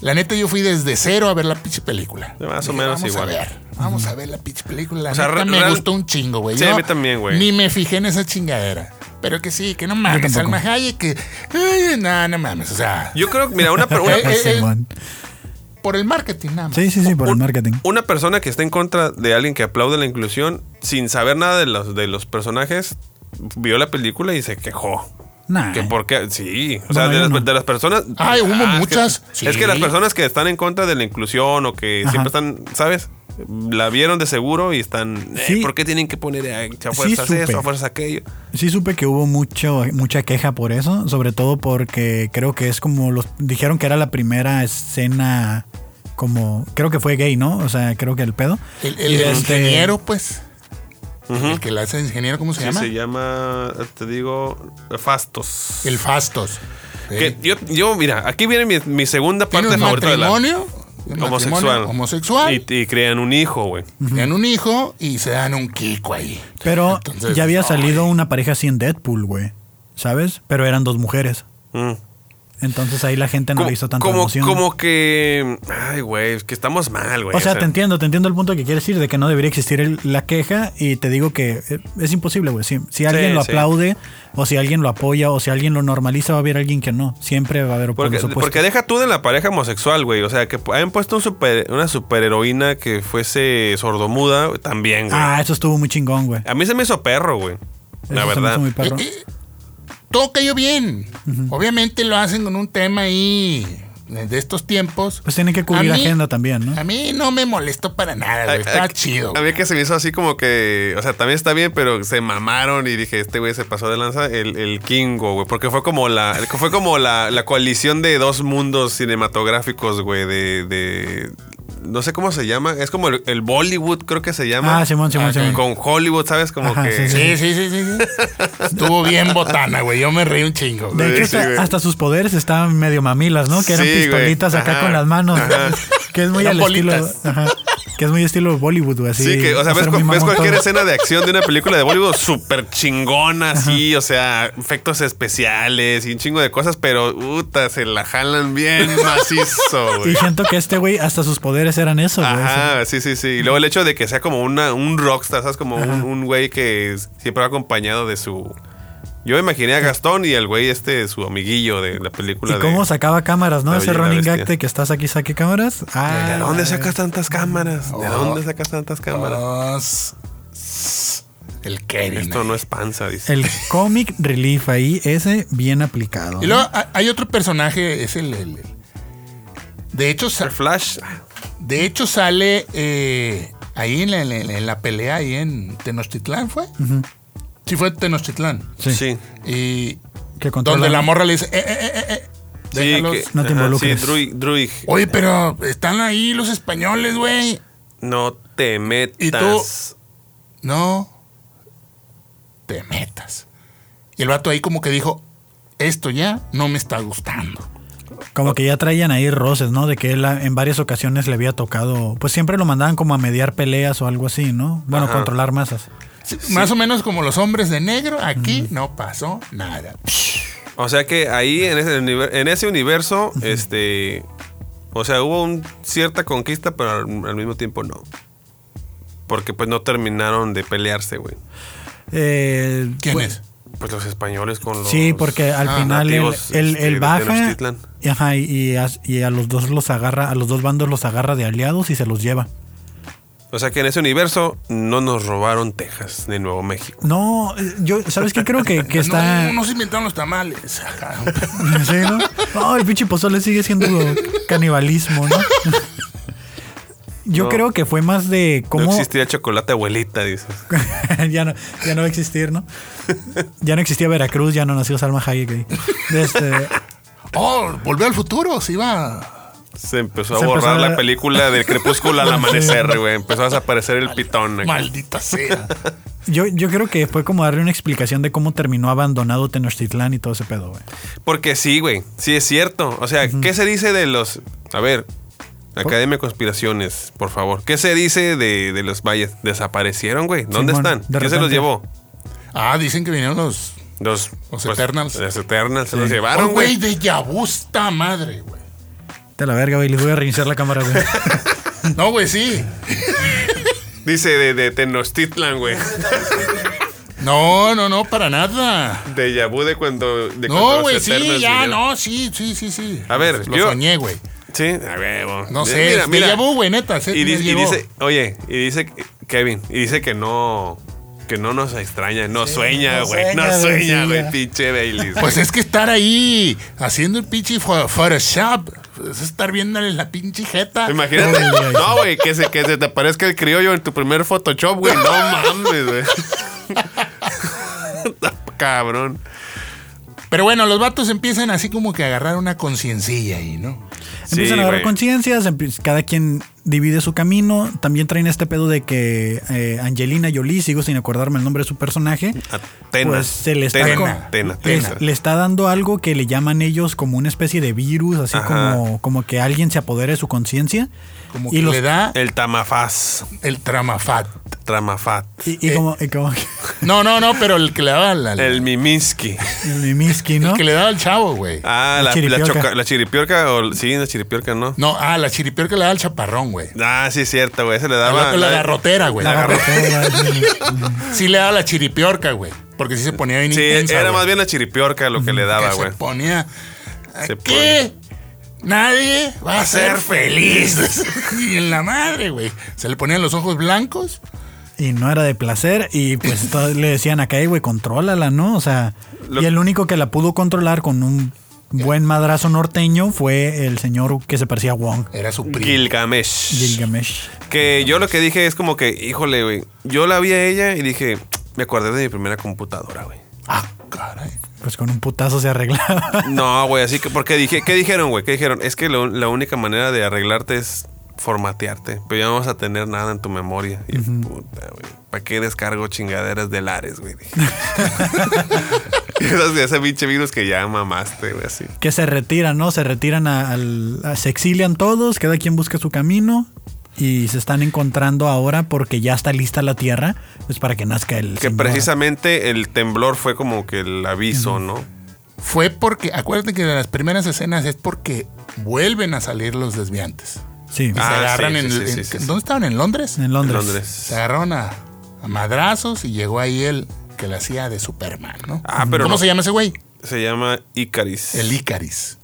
S3: La neta, yo fui desde cero a ver la pinche película.
S1: Más o
S3: Dije,
S1: menos
S3: vamos
S1: igual.
S3: A ver, vamos a ver la pinche película. La
S1: O sea,
S3: neta,
S1: re-
S3: me
S1: real-
S3: gustó un chingo, güey.
S1: Sí,
S3: Yo
S1: a mí también, güey.
S3: Ni me fijé en esa chingadera. Pero que sí, que no mames.
S2: tampoco.
S3: Salma Hayek, que. ay, no, no mames. O sea,
S1: Yo creo, mira, una, per- una-
S3: Eh, eh,
S2: Ah, Simón.
S3: por el marketing, nada más.
S2: Sí, sí, sí, por el
S1: Un-
S2: marketing.
S1: Una persona que está en contra de alguien que aplaude la inclusión sin saber nada de los, de los personajes vio la película y se quejó.
S2: Nah. eh.
S1: Que porque, sí, o sea,
S2: Bueno,
S1: de,
S2: yo
S1: las,
S2: no.
S1: de las personas. ah,
S3: Ay, hubo
S1: es que-
S3: muchas.
S1: Es que,
S3: Sí.
S1: las personas que están en contra de la inclusión o que
S2: Ajá.
S1: siempre están, ¿sabes? La vieron de seguro y están. eh,
S2: Sí.
S1: ¿Por qué tienen que poner a, a
S2: Sí,
S1: fuerzas
S2: supe.
S1: eso, a fuerzas aquello?
S2: Sí supe que hubo mucho, mucha queja por eso, sobre todo porque creo que es como los dijeron que era la primera escena como creo que fue gay, ¿no? O sea, creo que el pedo.
S3: El, el-
S2: Y
S3: el
S2: este-
S3: ingeniero, pues. El que la hace ingeniero, ¿cómo se
S1: Sí,
S3: llama?
S1: se llama, te digo, Fastos.
S3: El Fastos. Eh,
S1: Que yo, yo, mira, aquí viene mi, mi segunda
S3: Tiene
S1: parte
S3: un
S1: favorita de la.
S3: matrimonio matrimonio
S1: homosexual.
S3: homosexual
S1: Y, y crean un hijo, güey.
S3: tienen un hijo y se dan un kiko ahí.
S2: Pero
S3: Entonces,
S2: ya había
S3: ay.
S2: salido una pareja así en Deadpool, güey. ¿Sabes? Pero eran dos mujeres.
S1: Mm.
S2: Entonces ahí la gente no le hizo tanta
S1: como,
S2: emoción.
S1: como que. Ay, güey, es que estamos mal, güey.
S2: o sea, te entiendo, te entiendo el punto que quieres decir de que no debería existir el- la queja y te digo que eh, es imposible, güey. Si, si alguien lo
S1: sí.
S2: aplaude o si alguien lo apoya o si alguien lo normaliza, va a haber alguien que no. Siempre va a haber,
S1: Porque,
S2: por supuesto.
S1: porque deja tú de la pareja homosexual, güey. O sea, que hayan puesto un super- una superheroína que fuese sordomuda güey, también, güey.
S2: ah, eso estuvo muy chingón, güey.
S1: A mí se me hizo perro, güey. La
S2: Eso se me
S1: verdad.
S2: hizo muy perro.
S3: Eh, eh, todo cayó bien. Obviamente lo hacen con un tema ahí eh, de estos tiempos.
S2: Pues tienen que cubrir
S3: A mí-
S2: agenda también, ¿no?
S3: A mí no me molestó para nada,
S1: A-
S3: güey. Está
S1: a-
S3: chido.
S1: A mí que se me hizo así como que. O sea, también está bien, pero se mamaron y dije, este güey se pasó de lanza el, el Kingo, güey. Porque fue como la. el- Fue como la, la coalición de dos mundos cinematográficos, güey. De. de- no sé cómo se llama. Es como el, el Bollywood, creo que se llama.
S2: Ah, Simón, Simón,
S3: Ah,
S2: Simón.
S1: Con Hollywood, ¿sabes? Como
S2: Ajá,
S1: que.
S2: sí,
S3: Sí, sí, sí, sí. sí. Estuvo bien botana, güey. Yo me reí un chingo. güey.
S2: De
S1: Sí,
S2: hecho,
S1: sí,
S2: hasta,
S1: güey.
S2: hasta sus poderes estaban medio mamilas, ¿no? Que eran
S1: Sí, güey.
S2: pistolitas acá
S1: Ajá.
S2: con las manos.
S1: Ajá.
S2: [LAUGHS] Que es muy
S3: Eran
S2: al estilo.
S3: bolitas.
S2: ajá, que es muy estilo Bollywood, güey. Así,
S1: Sí, que, o sea, ves,
S2: hacer
S1: cu-
S2: muy
S1: ves
S2: mamón
S1: cualquier
S2: todo.
S1: escena de acción de una película de
S2: [LAUGHS]
S1: Bollywood súper chingona, así, o sea, efectos especiales y un chingo de cosas, pero, puta, se la jalan bien macizo,
S2: [LAUGHS] Y
S1: güey.
S2: siento que este güey, hasta sus poderes eran [LAUGHS] eso, güey. así.
S1: Ajá, sí, sí, sí. Y luego el hecho de que sea como una, un rockstar, ¿sabes? Como un un güey que s- siempre va acompañado de su... Yo me imaginé a Gastón y el güey este, su amiguillo de la película
S2: Y
S1: de...
S2: cómo sacaba cámaras, ¿no?
S1: La
S2: Ese
S1: Bella y la
S2: running
S1: Bestia.
S2: gag de que estás aquí, saque cámaras. Ah,
S1: ¿De dónde sacas tantas cámaras? ¿De
S3: Oh.
S1: dónde sacas tantas cámaras?
S3: Dos. S- El Kevin.
S1: Esto no es panza, dice.
S2: El comic relief ahí, ese bien aplicado.
S3: Y
S2: ¿no?
S3: luego a- hay otro personaje, es el. el- el- de hecho, sa-
S1: El Flash...
S3: de hecho sale eh, ahí en la, en la- en la pelea, ahí en Tenochtitlán, ¿fue? Sí, fue Tenochtitlán.
S2: Sí.
S1: sí.
S3: Y
S2: Que controla-
S3: donde la morra le dice, eh, eh, eh, eh, eh, déjalos.
S1: que-
S2: No te
S1: ajá,
S2: involucres.
S1: Sí, Druig, Druig,
S3: Oye, pero están ahí los españoles, güey.
S1: no te metas.
S3: No te metas. Y el vato ahí como que dijo, esto ya no me está gustando.
S2: Como que ya traían ahí roces, ¿no? De que él a- en varias ocasiones le había tocado. Pues siempre lo mandaban como a mediar peleas o algo así, ¿no? Bueno,
S1: Ajá.
S2: controlar masas.
S3: Sí, Más o menos como los hombres de negro, aquí no pasó nada. Pues,
S1: O sea que ahí en ese, univer- en ese universo, este. O sea, hubo un- cierta conquista, pero al, al mismo tiempo no. Porque pues no terminaron de pelearse, güey.
S2: Eh,
S3: ¿Quién
S2: pues-
S3: es?
S1: Pues los españoles con los.
S2: Sí, porque al
S3: ah,
S2: final él,
S1: nativos,
S2: él-
S1: este,
S2: él
S1: de
S2: baja
S1: Tenochtitlan.
S2: y, ajá, y- y a, y a los dos los agarra, a los dos bandos los agarra de aliados y se los lleva.
S1: O sea que en ese universo no nos robaron Texas ni Nuevo México.
S2: No, eh, yo, ¿sabes qué? Creo
S3: [LAUGHS]
S2: que, que está.
S3: No, no se inventaron los tamales.
S2: [LAUGHS] Sí, ¿no? No, el pinche pozole sigue siendo canibalismo, ¿no? [LAUGHS] Yo
S1: No.
S2: creo que fue más de cómo.
S1: No existía chocolate abuelita, dices.
S2: [LAUGHS] ya, no, ya no va a existir, ¿no? Ya no existía Veracruz, ya no nació Salma Hayek ahí. Este,
S3: oh, volvió al futuro, se iba.
S1: Se empezó a
S2: Se empezó
S1: borrar
S2: a-
S1: la película del crepúsculo
S2: [LAUGHS]
S1: al amanecer, güey. Empezó a desaparecer el pitón. acá.
S3: Maldita sea.
S2: yo, yo creo que fue como darle una explicación de cómo terminó abandonado Tenochtitlán y todo ese pedo, güey.
S1: Porque sí, güey. Sí, es cierto. O sea, ¿qué se dice de los. A ver, Academia de Conspiraciones, por favor. ¿Qué se dice de, de los valles? ¿Desaparecieron, güey? ¿Dónde
S2: Simón,
S1: están?
S2: de
S1: ¿Quién se los
S2: repente.
S1: llevó?
S3: Ah, dicen que vinieron los.
S1: Los,
S3: Los Eternals.
S1: Los Eternals. Se los
S3: Oh,
S1: llevaron,
S3: güey,
S1: Ah, güey.
S3: de Yabusta madre, güey.
S2: Te la verga, güey. Les voy a reiniciar la cámara, güey.
S3: No, güey, sí.
S1: Dice de, de Tenochtitlan,
S3: [LAUGHS]
S1: güey.
S3: No, no, no, para nada.
S1: De Yabú de cuando. De cuando
S3: No,
S1: los
S3: güey, sí,
S1: Eternals
S3: ya,
S1: vinieron.
S3: no, sí, sí, sí, sí.
S1: A ver,
S3: lo
S1: yo-
S3: soñé, güey.
S1: Sí, a huevo.
S3: No
S1: Eh,
S3: sé, mira, güey, neta. sí,
S1: Y, di-
S3: me
S1: y
S3: llegó.
S1: dice, oye, y dice que- Kevin, y dice que no, que no nos extraña, no sueña,
S2: no
S1: güey, no
S2: sueña, güey,
S1: sueña,
S2: sí,
S1: güey,
S2: ya.
S1: pinche Bailey.
S3: Pues es que estar ahí haciendo el pinche pho- Photoshop, pues es estar viéndole la pinche jeta.
S1: Imagínate,
S2: Ay, ay, ay.
S1: no, güey, que se, que se te aparezca el criollo en tu primer Photoshop, güey, no mames,
S2: [LAUGHS]
S1: güey. Está Cabrón.
S3: Pero bueno, los vatos empiezan así como que a agarrar una conciencilla ahí, ¿no?
S1: Sí,
S2: Empiezan a agarrar
S1: güey.
S2: conciencias, empie- cada quien divide su camino. También traen este pedo de que eh, Angelina Jolie, sigo sin acordarme el nombre de su personaje,
S1: Atenas.
S2: pues se le está,
S1: Tena,
S2: co-
S1: Tena,
S2: le-
S1: Tena.
S2: le está dando algo que le llaman ellos como una especie de virus, así
S1: Ajá.
S2: como, como que alguien se apodere de su conciencia.
S3: Como
S2: Y
S3: que
S2: los-
S3: le da
S1: El Tamafaz.
S3: el tramafat.
S1: Tramafat.
S2: Y, y
S3: Eh.
S2: como, y como que- [LAUGHS]
S3: No, no, no, pero el que le daba la-
S1: El Mimiski.
S2: el Mimiski,
S3: el
S2: ¿no?
S3: que le daba al chavo, güey.
S1: Ah, la,
S2: La
S1: la,
S2: chiripiorca.
S1: choca- la chiripiorca. O, sí, la chiripiorca, ¿no?
S3: No, ah, la chiripior que le daba al chaparrón, güey.
S1: Ah, sí, es cierto, güey. Se le
S3: La,
S1: daba.
S3: la
S1: Ah, la-
S3: garrotera, güey.
S2: La
S3: [LAUGHS]
S2: garrotera, sí.
S3: Sí le daba la chiripiorca, güey. Porque sí se ponía bien
S1: Sí,
S3: intensa,
S1: era
S3: güey.
S1: más bien la chiripiorca lo que le daba,
S3: Que
S1: güey.
S3: Se ponía.
S1: Se
S3: ¿Qué? Nadie va a ser feliz. [LAUGHS] y en la madre, güey. Se le ponían los ojos blancos.
S2: Y no era de placer.
S1: [LAUGHS]
S2: Y pues todos le decían acá, "Ey, güey, contrólala, ¿no? O sea,
S1: Lo-
S2: y el único que la pudo controlar con un buen madrazo norteño fue el señor que se parecía a Wong,
S3: Era su primo.
S1: Gilgamesh.
S2: Gilgamesh.
S1: Que yo lo que dije es como que, híjole, güey. Yo la vi a ella y dije, me acordé de mi primera computadora, güey.
S3: Ah, caray.
S2: Pues con un putazo se arreglaba. [LAUGHS]
S1: No, güey, así que, porque dije, ¿qué dijeron, güey? ¿Qué dijeron? Es que lo- la única manera de arreglarte es formatearte, pero ya no vas a tener nada en tu memoria. Y puta, güey. ¿Para qué descargo chingaderas de lares, güey? Dije. [LAUGHS] Y esas- ese pinche virus que ya mamaste, güey, así.
S2: que se retiran, ¿no? Se retiran a- al. a- se exilian todos, cada quien busca su camino. Y se están encontrando ahora porque ya está lista la tierra, pues para que nazca el.
S1: Que
S2: señor.
S1: precisamente el temblor fue como que el aviso, ¿no?
S3: Fue porque, acuérdate que de las primeras escenas es porque vuelven a salir los desviantes.
S2: Sí,
S3: Y se
S1: Ah,
S3: agarran
S1: sí,
S3: en,
S1: sí,
S3: el-
S1: sí,
S3: en-
S1: sí, sí.
S3: ¿Dónde estaban? ¿En Londres?
S2: en Londres.
S1: Londres.
S3: Se agarraron a, a madrazos y llegó ahí el que la hacía de Superman, ¿no?
S1: Ah, pero
S3: ¿Cómo
S1: no.
S3: se llama ese güey?
S1: Se llama Icaris.
S3: El Icaris.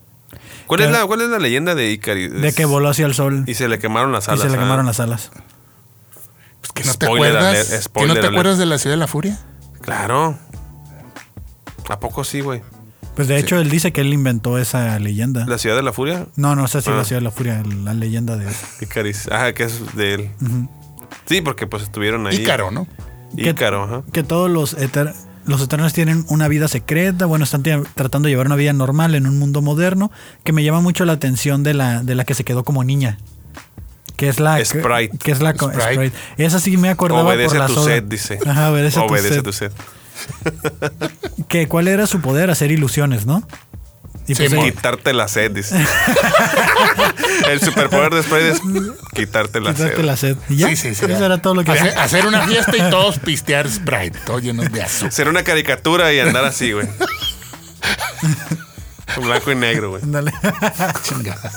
S1: ¿Cuál, es
S2: Claro.
S1: la, ¿Cuál es la leyenda de Icaris?
S2: De que voló hacia el sol y
S1: Y se le quemaron las
S2: se,
S1: alas.
S2: le
S1: ¿ah?
S2: quemaron las alas.
S3: Pues que no
S1: Spoiler
S3: te acuerdas.
S1: alert,
S3: que
S1: spoiler
S3: no te
S1: alert.
S3: acuerdas de la ciudad de la furia.
S1: Claro. ¿A poco sí, güey?
S2: Pues de hecho, él dice que él inventó esa leyenda.
S1: ¿La ciudad de la furia?
S2: No, no sé si
S1: Ah.
S2: la ciudad de la furia, la leyenda de.
S1: Icaris. Ajá, que es de él. Sí, porque pues estuvieron ahí.
S3: Ícaro, ¿no?
S2: Que-
S1: Ícaro, ajá.
S2: Que todos los, eter- los eternos tienen una vida secreta. Bueno, están tia- tratando de llevar una vida normal en un mundo moderno. Que me llama mucho la atención de la, de la que se quedó como niña. Que es la. que-
S1: Sprite.
S2: Que, es la. co-
S3: Sprite.
S2: Sprite. Esa sí me acordaba
S1: Obedece
S2: por la
S1: tu
S2: soda.
S1: sed, dice.
S2: Ajá, obedece,
S1: Obedece
S2: tu sed.
S1: sed.
S2: Que cuál era su poder, hacer ilusiones, ¿no? Y
S3: Sí,
S2: pues,
S3: mo-
S1: Quitarte la sed,
S2: [LAUGHS]
S1: dice. El superpoder de Sprite es quitarte la
S2: quitarte
S1: sed.
S2: la sed. Y ya.
S3: Sí, sí, sí.
S2: Eso era todo lo que
S3: hacer, hacer una fiesta y todos pistear Sprite, todos llenos de
S2: [LAUGHS]
S3: azúcar.
S1: Ser una caricatura y andar así, güey. Blanco y negro, güey.
S2: Ándale. [LAUGHS]
S3: Chingada.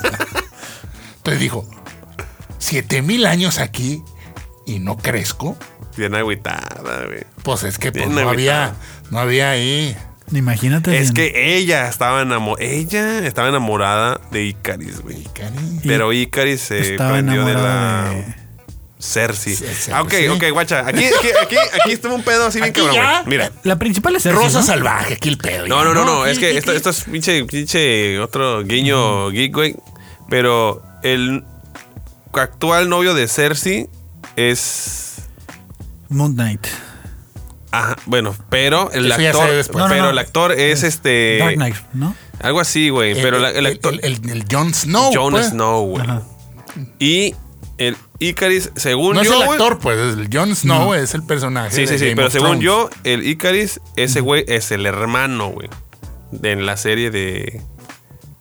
S3: Entonces dijo, siete mil años aquí y no crezco,
S1: Bien agüitada, güey.
S3: pues es que pues,
S1: Bien
S3: no había,
S1: agüitado.
S3: no había ahí.
S2: Imagínate.
S1: Es
S2: bien.
S1: que ella estaba enamorada. Ella estaba enamorada de Icaris, güey.
S3: Cari.
S1: Pero Icaris se
S2: Estaba
S1: prendió de
S2: enamorada
S1: la.
S2: de-
S1: Cersei.
S3: Sí, Cersei.
S1: Ah, ok, ok, guacha. Aquí, aquí, aquí, aquí estuvo un pedo así bien
S3: Aquí
S1: cabrón.
S3: ya.
S1: güey. Mira.
S2: La principal es Cersei,
S3: Rosa
S2: ¿no?
S3: salvaje, aquí el pedo.
S1: No,
S3: ya,
S1: no, no, no.
S3: Sí,
S1: Es que
S3: sí,
S1: esto,
S3: sí.
S1: esto es pinche, pinche otro guiño geek, güey. Pero el actual novio de Cersei es.
S2: Moon Knight.
S1: Ajá, bueno, pero el
S3: Eso ya
S1: actor.
S3: se ve después.
S2: No, no,
S1: Pero
S2: no.
S1: el actor es, este.
S2: Dark Knight, ¿no?
S1: Algo así, güey.
S3: El-
S1: Eh, Pero la- el
S3: el,
S1: actor.
S3: el, el- el Jon Snow.
S1: Jon
S3: pues.
S1: Snow, güey.
S2: Ajá.
S1: Y el Icaris, según
S3: No es
S1: yo.
S3: el
S1: güey- Mm.
S3: actor, pues, es el Jon Snow es el personaje.
S1: Sí,
S3: de
S1: sí, sí.
S3: Game
S1: Pero
S3: of
S1: según
S3: Thrones.
S1: yo, el Icaris, ese güey es el hermano, güey. de- En la serie de.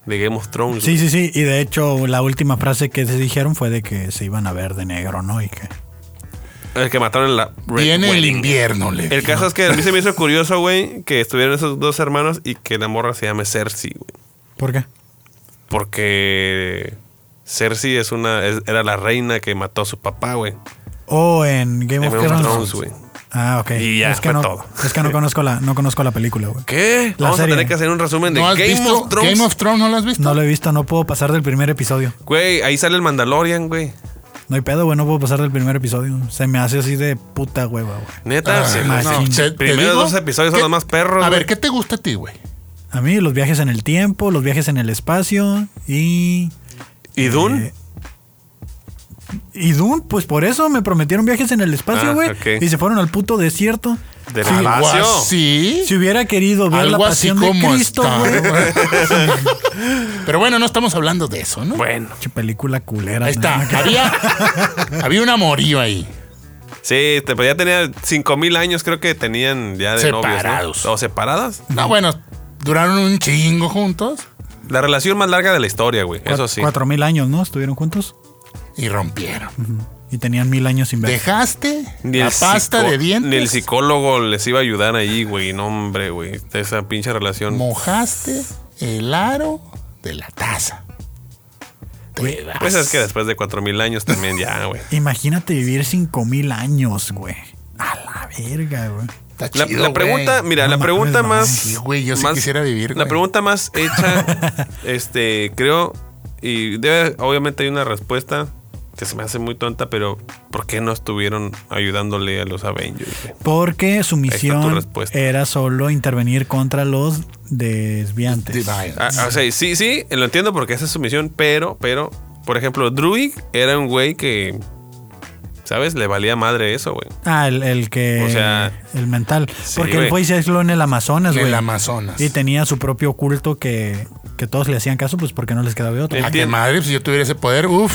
S1: De Game of Thrones.
S2: Sí,
S1: güey.
S2: sí, sí. Y de hecho, la última frase que se dijeron fue de que se iban a ver de negro, ¿no? Y que.
S1: El que mataron en la. Red
S3: Viene el
S1: Wedding.
S3: invierno, le.
S1: El caso es que a mí se me hizo curioso, güey, que estuvieran esos dos hermanos y que la morra se llame Cersei, güey.
S2: ¿Por qué?
S1: Porque. Cersei es una, es- era la reina que mató a su papá, güey.
S2: O en Game
S1: En
S2: of
S1: Game of
S2: Thrones.
S1: Thrones, güey.
S2: Ah, ok.
S1: Y ya,
S2: es que
S1: fue
S2: no,
S1: todo.
S2: Es que no conozco la, no conozco la película, güey.
S1: ¿Qué?
S2: La
S1: Vamos
S2: serie.
S1: a tener que hacer un resumen de
S3: ¿No has
S1: Game
S3: visto
S1: of Thrones.
S3: Game of Thrones no lo has visto?
S2: No lo he visto, no puedo pasar del primer episodio.
S1: Güey, ahí sale el Mandalorian, güey.
S2: No hay pedo, güey, no puedo pasar del primer episodio. Se me hace así de puta hueva, güey.
S1: Neta,
S3: Ah,
S1: sí,
S2: no.
S1: sí.
S2: Los
S3: te- te
S1: primeros
S3: digo
S1: dos episodios son
S3: que-
S1: los más perros.
S3: A
S1: güey.
S3: ver, ¿qué te gusta a ti, güey?
S2: A mí los viajes en el tiempo, los viajes en el espacio y...
S1: ¿Y Dune?
S2: Eh, Y Dune, pues por eso me prometieron viajes en el espacio,
S1: Ah,
S2: güey.
S1: ok.
S2: Y se fueron al puto desierto.
S1: de
S2: Sí.
S3: Algo
S1: Palacio.
S3: así.
S2: Si hubiera querido ver
S3: Algo
S2: la
S3: así
S2: pasión de
S3: como
S2: Cristo,
S3: está.
S2: güey.
S3: Pero bueno, no estamos hablando de eso, ¿no?
S1: Bueno,
S2: Pinche película culera.
S3: Ahí está.
S2: ¿no?
S3: Había, había un amorío ahí.
S1: sí, te- pues ya tenía 5000 años, creo que tenían ya de novios.
S3: Separados.
S1: ¿no? O separadas.
S3: No, bueno, duraron un chingo juntos
S1: La relación más larga de la historia, güey. Eso sí.
S2: Cuatro mil años, ¿no? Estuvieron juntos
S3: y rompieron.
S2: y tenían mil años sin ver.
S3: Dejaste
S1: Ni
S3: la
S1: el
S3: pasta
S1: psico-
S3: de dientes.
S1: Ni el psicólogo les iba a ayudar ahí, güey. No, hombre, güey. Esa pinche relación.
S3: Mojaste el aro de la taza. Te vas.
S1: pues es que después de 4000 años también ya, güey.
S2: Imagínate vivir cinco mil años, güey. A la verga, güey.
S3: Está
S1: La,
S3: chido,
S1: la pregunta,
S3: güey.
S1: mira,
S2: No
S1: la
S2: mames,
S1: pregunta
S2: no.
S1: más.
S3: Sí, güey, yo sí
S1: más-
S3: quisiera vivir,
S1: La
S3: güey.
S1: pregunta
S3: [LAUGHS]
S1: más hecha, este, creo, y debe, obviamente hay una respuesta que se me hace muy tonta, pero ¿por qué no estuvieron ayudándole a los Avengers? güey?
S2: Porque
S1: está tu
S2: su misión
S1: respuesta.
S2: era solo intervenir contra los desviantes.
S3: Divine.
S1: Ah, ah, o sea, sí, sí, lo entiendo porque esa es su misión, pero, pero, por ejemplo, Druig era un güey que, ¿sabes? Le valía madre eso, güey.
S2: Ah, el, el que.
S1: O sea,
S2: El mental.
S1: sí,
S2: Porque
S1: güey.
S2: el güey se aisló en el Amazonas,
S3: En
S2: güey.
S3: el Amazonas.
S2: Y tenía su propio culto que, que todos le hacían caso, pues porque no les quedaba otro.
S1: Eh,
S3: A que
S1: Entiendo.
S3: madre, pues, si yo tuviera ese poder, uff.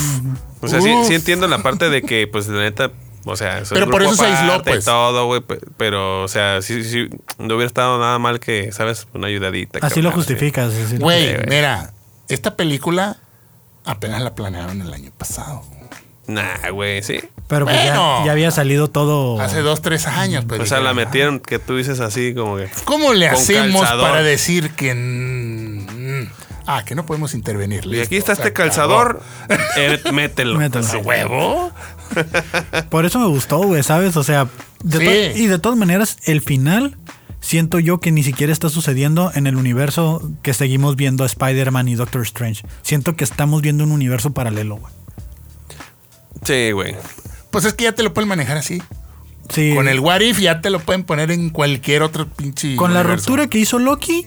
S1: O sea, sí, sí entiendo la parte de que, pues, la neta, o sea, es un
S3: Pero por
S1: grupo
S3: eso se aisló,
S1: aparte y
S3: pues.
S1: todo, güey, pe- pero, o sea, sí, sí, no hubiera estado nada mal que, ¿sabes? Una ayudadita.
S2: Así lo
S1: carnal, sí.
S2: justificas. así lo-
S1: Sí,
S3: Güey,
S1: güey.
S3: mira, esta película apenas la planearon el año pasado.
S1: Nah, güey, sí.
S2: Pero pues ya-
S3: Bueno.
S2: ya, había salido todo.
S3: Hace dos, tres años. Pues,
S1: Oh. o sea, la
S3: dijeron,
S1: metieron que tú dices así como que...
S3: ¿Cómo le
S1: con
S3: hacemos
S1: calzador.
S3: para decir que... mm, mm, ah, que no podemos intervenir.
S1: Y aquí
S3: Listo,
S1: está
S3: se
S1: este
S3: acabó.
S1: calzador, eh, mételo.
S2: Mételo.
S1: ¿A huevo?
S2: Por eso me gustó, güey, ¿sabes? O sea, de
S3: Sí.
S2: to- y de todas maneras, el final siento yo que ni siquiera está sucediendo en el universo que seguimos viendo a Spider-Man y Doctor Strange. Siento que estamos viendo un universo paralelo, güey.
S1: Sí, güey.
S3: Pues es que ya te lo pueden manejar así.
S2: Sí.
S3: Con el What If ya te lo pueden poner en cualquier otro pinche...
S2: Con la
S3: universo.
S2: ruptura que hizo Loki.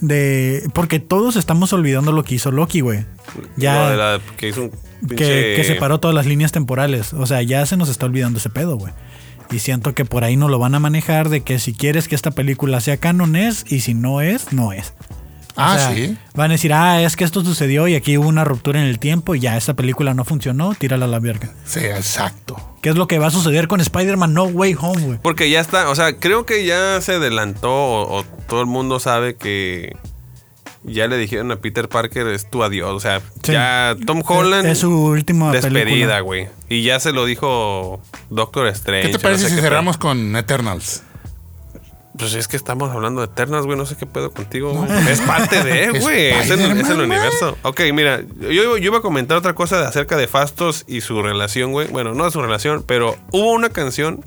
S2: De. Porque todos estamos olvidando lo que hizo Loki, güey.
S1: Lo
S2: Ya.
S1: de la- que hizo un
S2: que,
S1: pinche-
S2: que separó todas las líneas temporales. O sea, ya se nos está olvidando ese pedo, güey. Y siento que por ahí no lo van a manejar de que si quieres que esta película sea canon es y si no es, no es. O
S3: Ah,
S2: sea,
S3: sí.
S2: Van a decir, ah, es que esto sucedió y aquí hubo una ruptura en el tiempo y ya esta película no funcionó, tírala a la verga.
S3: Sí, exacto.
S2: ¿Qué es lo que va a suceder con Spider-Man No Way Home, güey?
S1: Porque ya está, o sea, creo que ya se adelantó o, o todo el mundo sabe que ya le dijeron a Peter Parker es tu adiós. O sea,
S2: Sí.
S1: ya Tom Holland...
S2: Es, es su última
S1: Despedida,
S2: película.
S1: güey. Y ya se lo dijo Doctor Strange.
S3: ¿Qué te
S1: no
S3: parece
S1: sé
S3: si
S1: qué
S3: cerramos con Eternals?
S1: Pues es que estamos hablando de Eternas, güey. No sé qué pedo contigo. güey. Es parte de,
S3: [LAUGHS] Es
S1: güey. Es, el-
S3: Spider-Man,
S1: es el
S3: güey.
S1: universo. Ok, mira. Yo, yo iba a comentar otra cosa de- acerca de Fastos y su relación, güey. Bueno, no de su relación, pero hubo una canción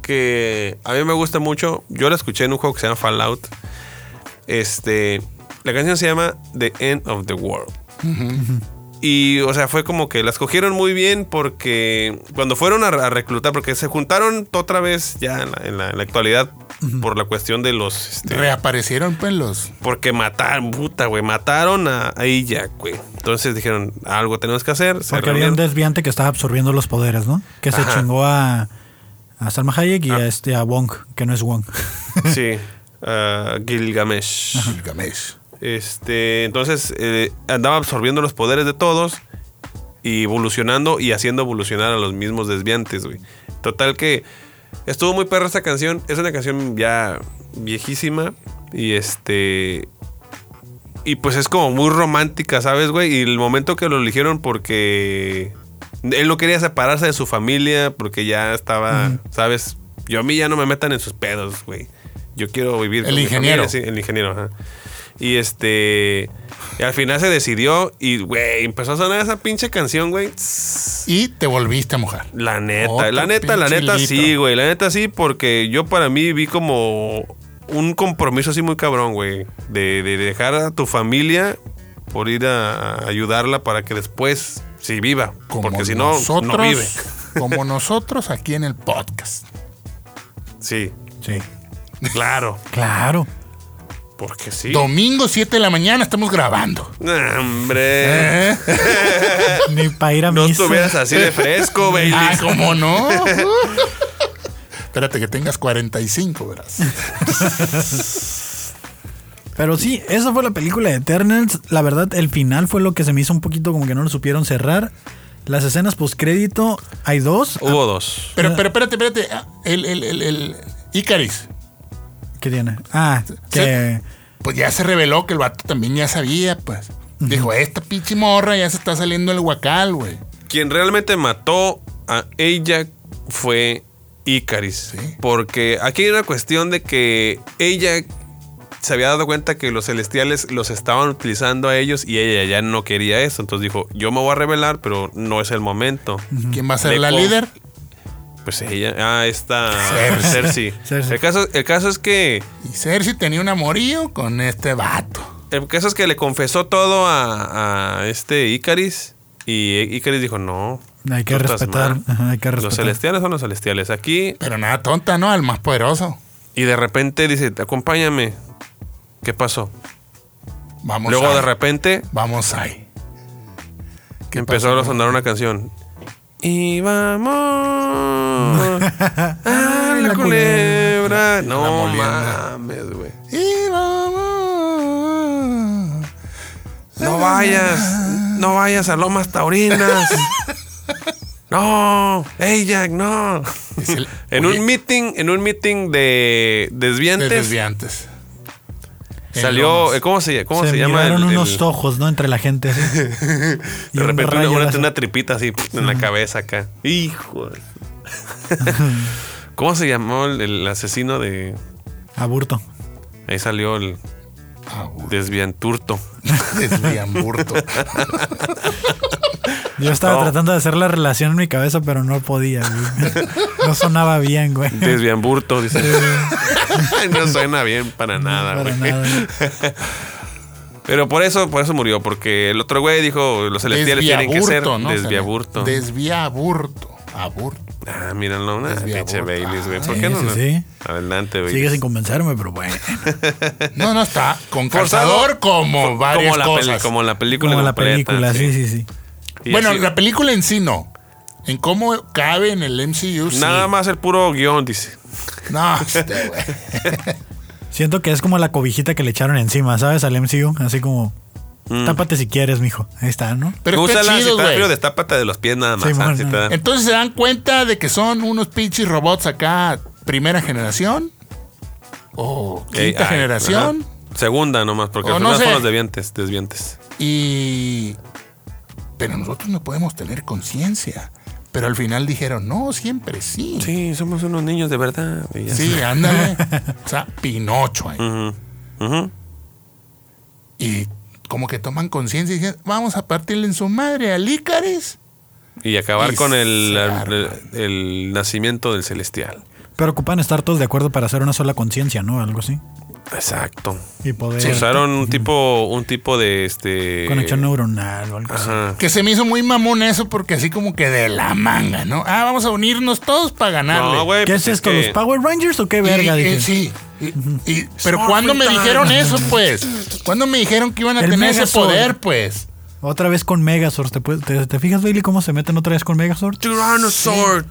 S1: que a mí me gusta mucho. Yo la escuché en un juego que se llama Fallout. Este. La canción se llama The End of the World. Y, o sea, fue como que las cogieron muy bien porque cuando fueron a, a reclutar, porque se juntaron otra vez ya en la, en la- en la actualidad por la cuestión de los. este,
S3: Reaparecieron pues los...
S1: porque mataron, puta, güey, mataron a, a Jack, güey. Entonces dijeron, algo tenemos que hacer. se
S2: Porque había un
S1: reunieron.
S2: desviante que estaba absorbiendo los poderes, ¿no? Que
S1: Ajá. Ah.
S2: se chingó a, a Salma Hayek y a, este, a Wong, que no es Wong. [LAUGHS]
S1: Sí, a Gilgamesh.
S3: Gilgamesh.
S1: Este, entonces eh, andaba absorbiendo los poderes de todos y evolucionando y haciendo evolucionar a los mismos desviantes, güey. Total que estuvo muy perra esta canción. Es una canción ya viejísima y este y pues es como muy romántica, ¿sabes, güey? Y el momento que lo eligieron porque él no quería separarse de su familia porque ya estaba, ¿sabes? Yo a mí ya no me metan en sus pedos, güey. Yo quiero vivir
S3: El
S1: mi
S3: ingeniero.
S1: familia, sí, el ingeniero, ajá. Y este. y al final se decidió y, güey, empezó a sonar esa pinche canción, güey. Tss,
S3: Y te volviste a mojar.
S1: La neta,
S3: Otro
S1: la neta, la
S3: pinche
S1: neta
S3: hilito.
S1: sí, güey. La neta sí, porque yo para mí vi como un compromiso así muy cabrón, güey. De, de dejar a tu familia por ir a, a ayudarla para que después sí viva.
S3: Como
S1: porque si no, no vive.
S3: como nosotros aquí en el podcast.
S1: Sí,
S2: Sí.
S1: claro,
S2: Claro.
S1: porque sí.
S3: Domingo 7 de la mañana estamos grabando.
S1: Nah, hombre,
S3: ¿Eh?
S2: Ni para ir a
S1: no [LAUGHS]
S2: misa.
S1: estuvieras así de fresco, güey.
S3: Ah, ¿cómo no? Espérate que tengas 45, verás.
S2: Pero sí, esa fue la película de Eternals. La verdad, el final fue lo que se me hizo un poquito como que no lo supieron cerrar. Las escenas postcrédito, hay dos.
S1: Hubo dos.
S3: Pero, pero espérate, espérate. Ah, El, el, el, el Icaris.
S2: ¿Qué tiene? Ah, que.
S3: Pues ya se reveló que el vato también ya sabía, pues. Dijo, esta pinche morra ya se está saliendo el huacal, güey.
S1: Quien realmente mató a ella fue Icaris.
S3: Sí.
S1: Porque aquí hay una cuestión de que ella se había dado cuenta que los celestiales los estaban utilizando a ellos y ella ya no quería eso. Entonces dijo, yo me voy a revelar, pero no es el momento.
S2: Mm.
S3: ¿Quién va a ser
S1: Le
S3: la
S1: con-
S3: líder?
S1: Pues ella, ah, esta
S2: Cersei.
S1: Cersei.
S2: [LAUGHS] Cersei.
S1: El caso, el caso es que
S3: Y Cersei tenía un amorío con este vato.
S1: el caso es que le confesó todo a, a este Icaris y Icaris dijo, "No,
S2: Hay que
S1: tú estás
S2: respetar,
S1: mal.
S2: ajá, hay que respetar.
S1: Los celestiales son los celestiales. Aquí
S3: Pero nada tonta, ¿no? Al más poderoso.
S1: Y de repente dice, acompáñame. ¿Qué pasó?
S3: Vamos
S1: Luego
S3: ahí.
S1: de repente
S3: Vamos ahí.
S1: empezó a sonar una canción. Y
S3: [LAUGHS]
S1: vamos a
S2: La
S1: la culebra. No
S3: molienda.
S1: mames, güey.
S3: Y vamos.
S1: No vayas, no vayas a Lomas Taurinas.
S3: [LAUGHS]
S1: No, hey Jack, no.
S3: Es el-
S1: [LAUGHS] En
S3: Oye.
S1: un meeting, en un meeting de
S3: De
S1: desviantes,
S3: desviantes.
S1: salió,
S3: Entonces,
S1: eh, ¿cómo se, cómo
S2: se,
S1: se llama?
S2: miraron
S1: el- el-
S2: unos tojos, ¿no? Entre la gente. así.
S1: [LAUGHS]
S2: Y
S1: De
S2: un
S1: repente una,
S2: rayo
S1: una-
S2: láser.
S1: una tripita así en la cabeza acá. Hijo. de- [LAUGHS] ¿Cómo se llamó el, el asesino de.?
S2: Aburto.
S1: Ahí salió el
S3: ah, güey,
S1: desvianturto.
S3: Desviamburto.
S1: [LAUGHS]
S2: Yo estaba
S1: No.
S2: tratando de hacer la relación en mi cabeza, pero no podía.
S1: [LAUGHS]
S2: güey. No sonaba bien, güey.
S1: Desviamburto, dice. [LAUGHS] no suena bien para nada,
S2: Para
S1: güey.
S2: nada.
S1: Pero por eso, por eso murió, porque el otro güey dijo: los celestiales tienen que ser
S3: Desviaburto, ¿no?
S1: desviaburto.
S3: Desviaburto. Aburto.
S1: ah, míralo, una
S3: Desviaburto.
S1: pinche Baileys, güey. ¿Por
S2: Sí,
S1: qué no?
S2: sí,
S1: no?
S2: sí.
S1: Adelante, güey.
S2: Sigue sin convencerme, pero bueno.
S3: No, no está.
S1: [LAUGHS]
S3: Con
S1: Forzado.
S3: calzador como varias
S1: como la, peli-
S3: cosas.
S1: como la película.
S2: Como la
S1: completa,
S2: película, sí, sí, sí.
S1: Y
S3: bueno,
S1: así-
S3: la película en sí no. En cómo cabe en el MCU. sí.
S1: Nada más el puro guión, dice. [LAUGHS]
S3: No, este, güey.
S2: Siento que es como la cobijita que le echaron encima, ¿sabes? Al MCU. Así como,
S1: Mm.
S2: tápate si quieres, mijo. Ahí está, ¿no?
S3: Pero está
S1: Úsala,
S3: chido,
S1: si te da
S3: güey.
S1: frío, destápate de los pies nada más.
S2: Simón,
S1: ah, si te da-
S3: Entonces se dan cuenta de que son unos pinches robots acá, primera generación. O
S1: Ey,
S3: quinta
S1: ay,
S3: generación.
S1: ajá. Segunda nomás, porque
S3: O
S1: los
S3: no
S1: primeros
S3: sé.
S1: son los desviantes, desviantes.
S3: Y. Pero nosotros no podemos tener conciencia. Pero al final dijeron, no, siempre sí. Sí,
S1: Sí, somos unos niños de verdad. y ya. [LAUGHS]
S3: ándale. o sea, Pinocho ahí.
S1: Ujú, ujú.
S3: Y como que toman conciencia y dicen, vamos a partirle en su madre al Icaris.
S1: Y acabar
S3: Y
S1: con el,
S3: se
S1: el,
S3: arma.
S1: el nacimiento del celestial.
S2: Pero ocupan estar todos de acuerdo para hacer una sola conciencia, ¿no? Algo así.
S1: Exacto.
S2: Y poder.
S1: Usaron un tipo, un tipo de este.
S2: Conexión neuronal o algo así.
S1: Ajá.
S3: Que se me hizo muy mamón eso porque así como que de la manga, ¿no? Ah, vamos a unirnos todos para ganarle.
S1: No, güey.
S2: ¿Qué
S1: pues
S2: es esto?
S1: que-
S2: ¿Los Power Rangers o qué
S3: Y-
S2: verga?
S3: y-
S2: Dije.
S3: sí. y- y- pero cuando me dijeron eso, pues? ¿Cuándo me dijeron que iban a
S2: El
S3: tener ese
S2: Megazord.
S3: poder, pues?
S2: Otra vez con Megazord. ¿Te, puedes- te, te fijas, Bailey, cómo se meten otra vez con Megazord?
S1: Tyrannosaur.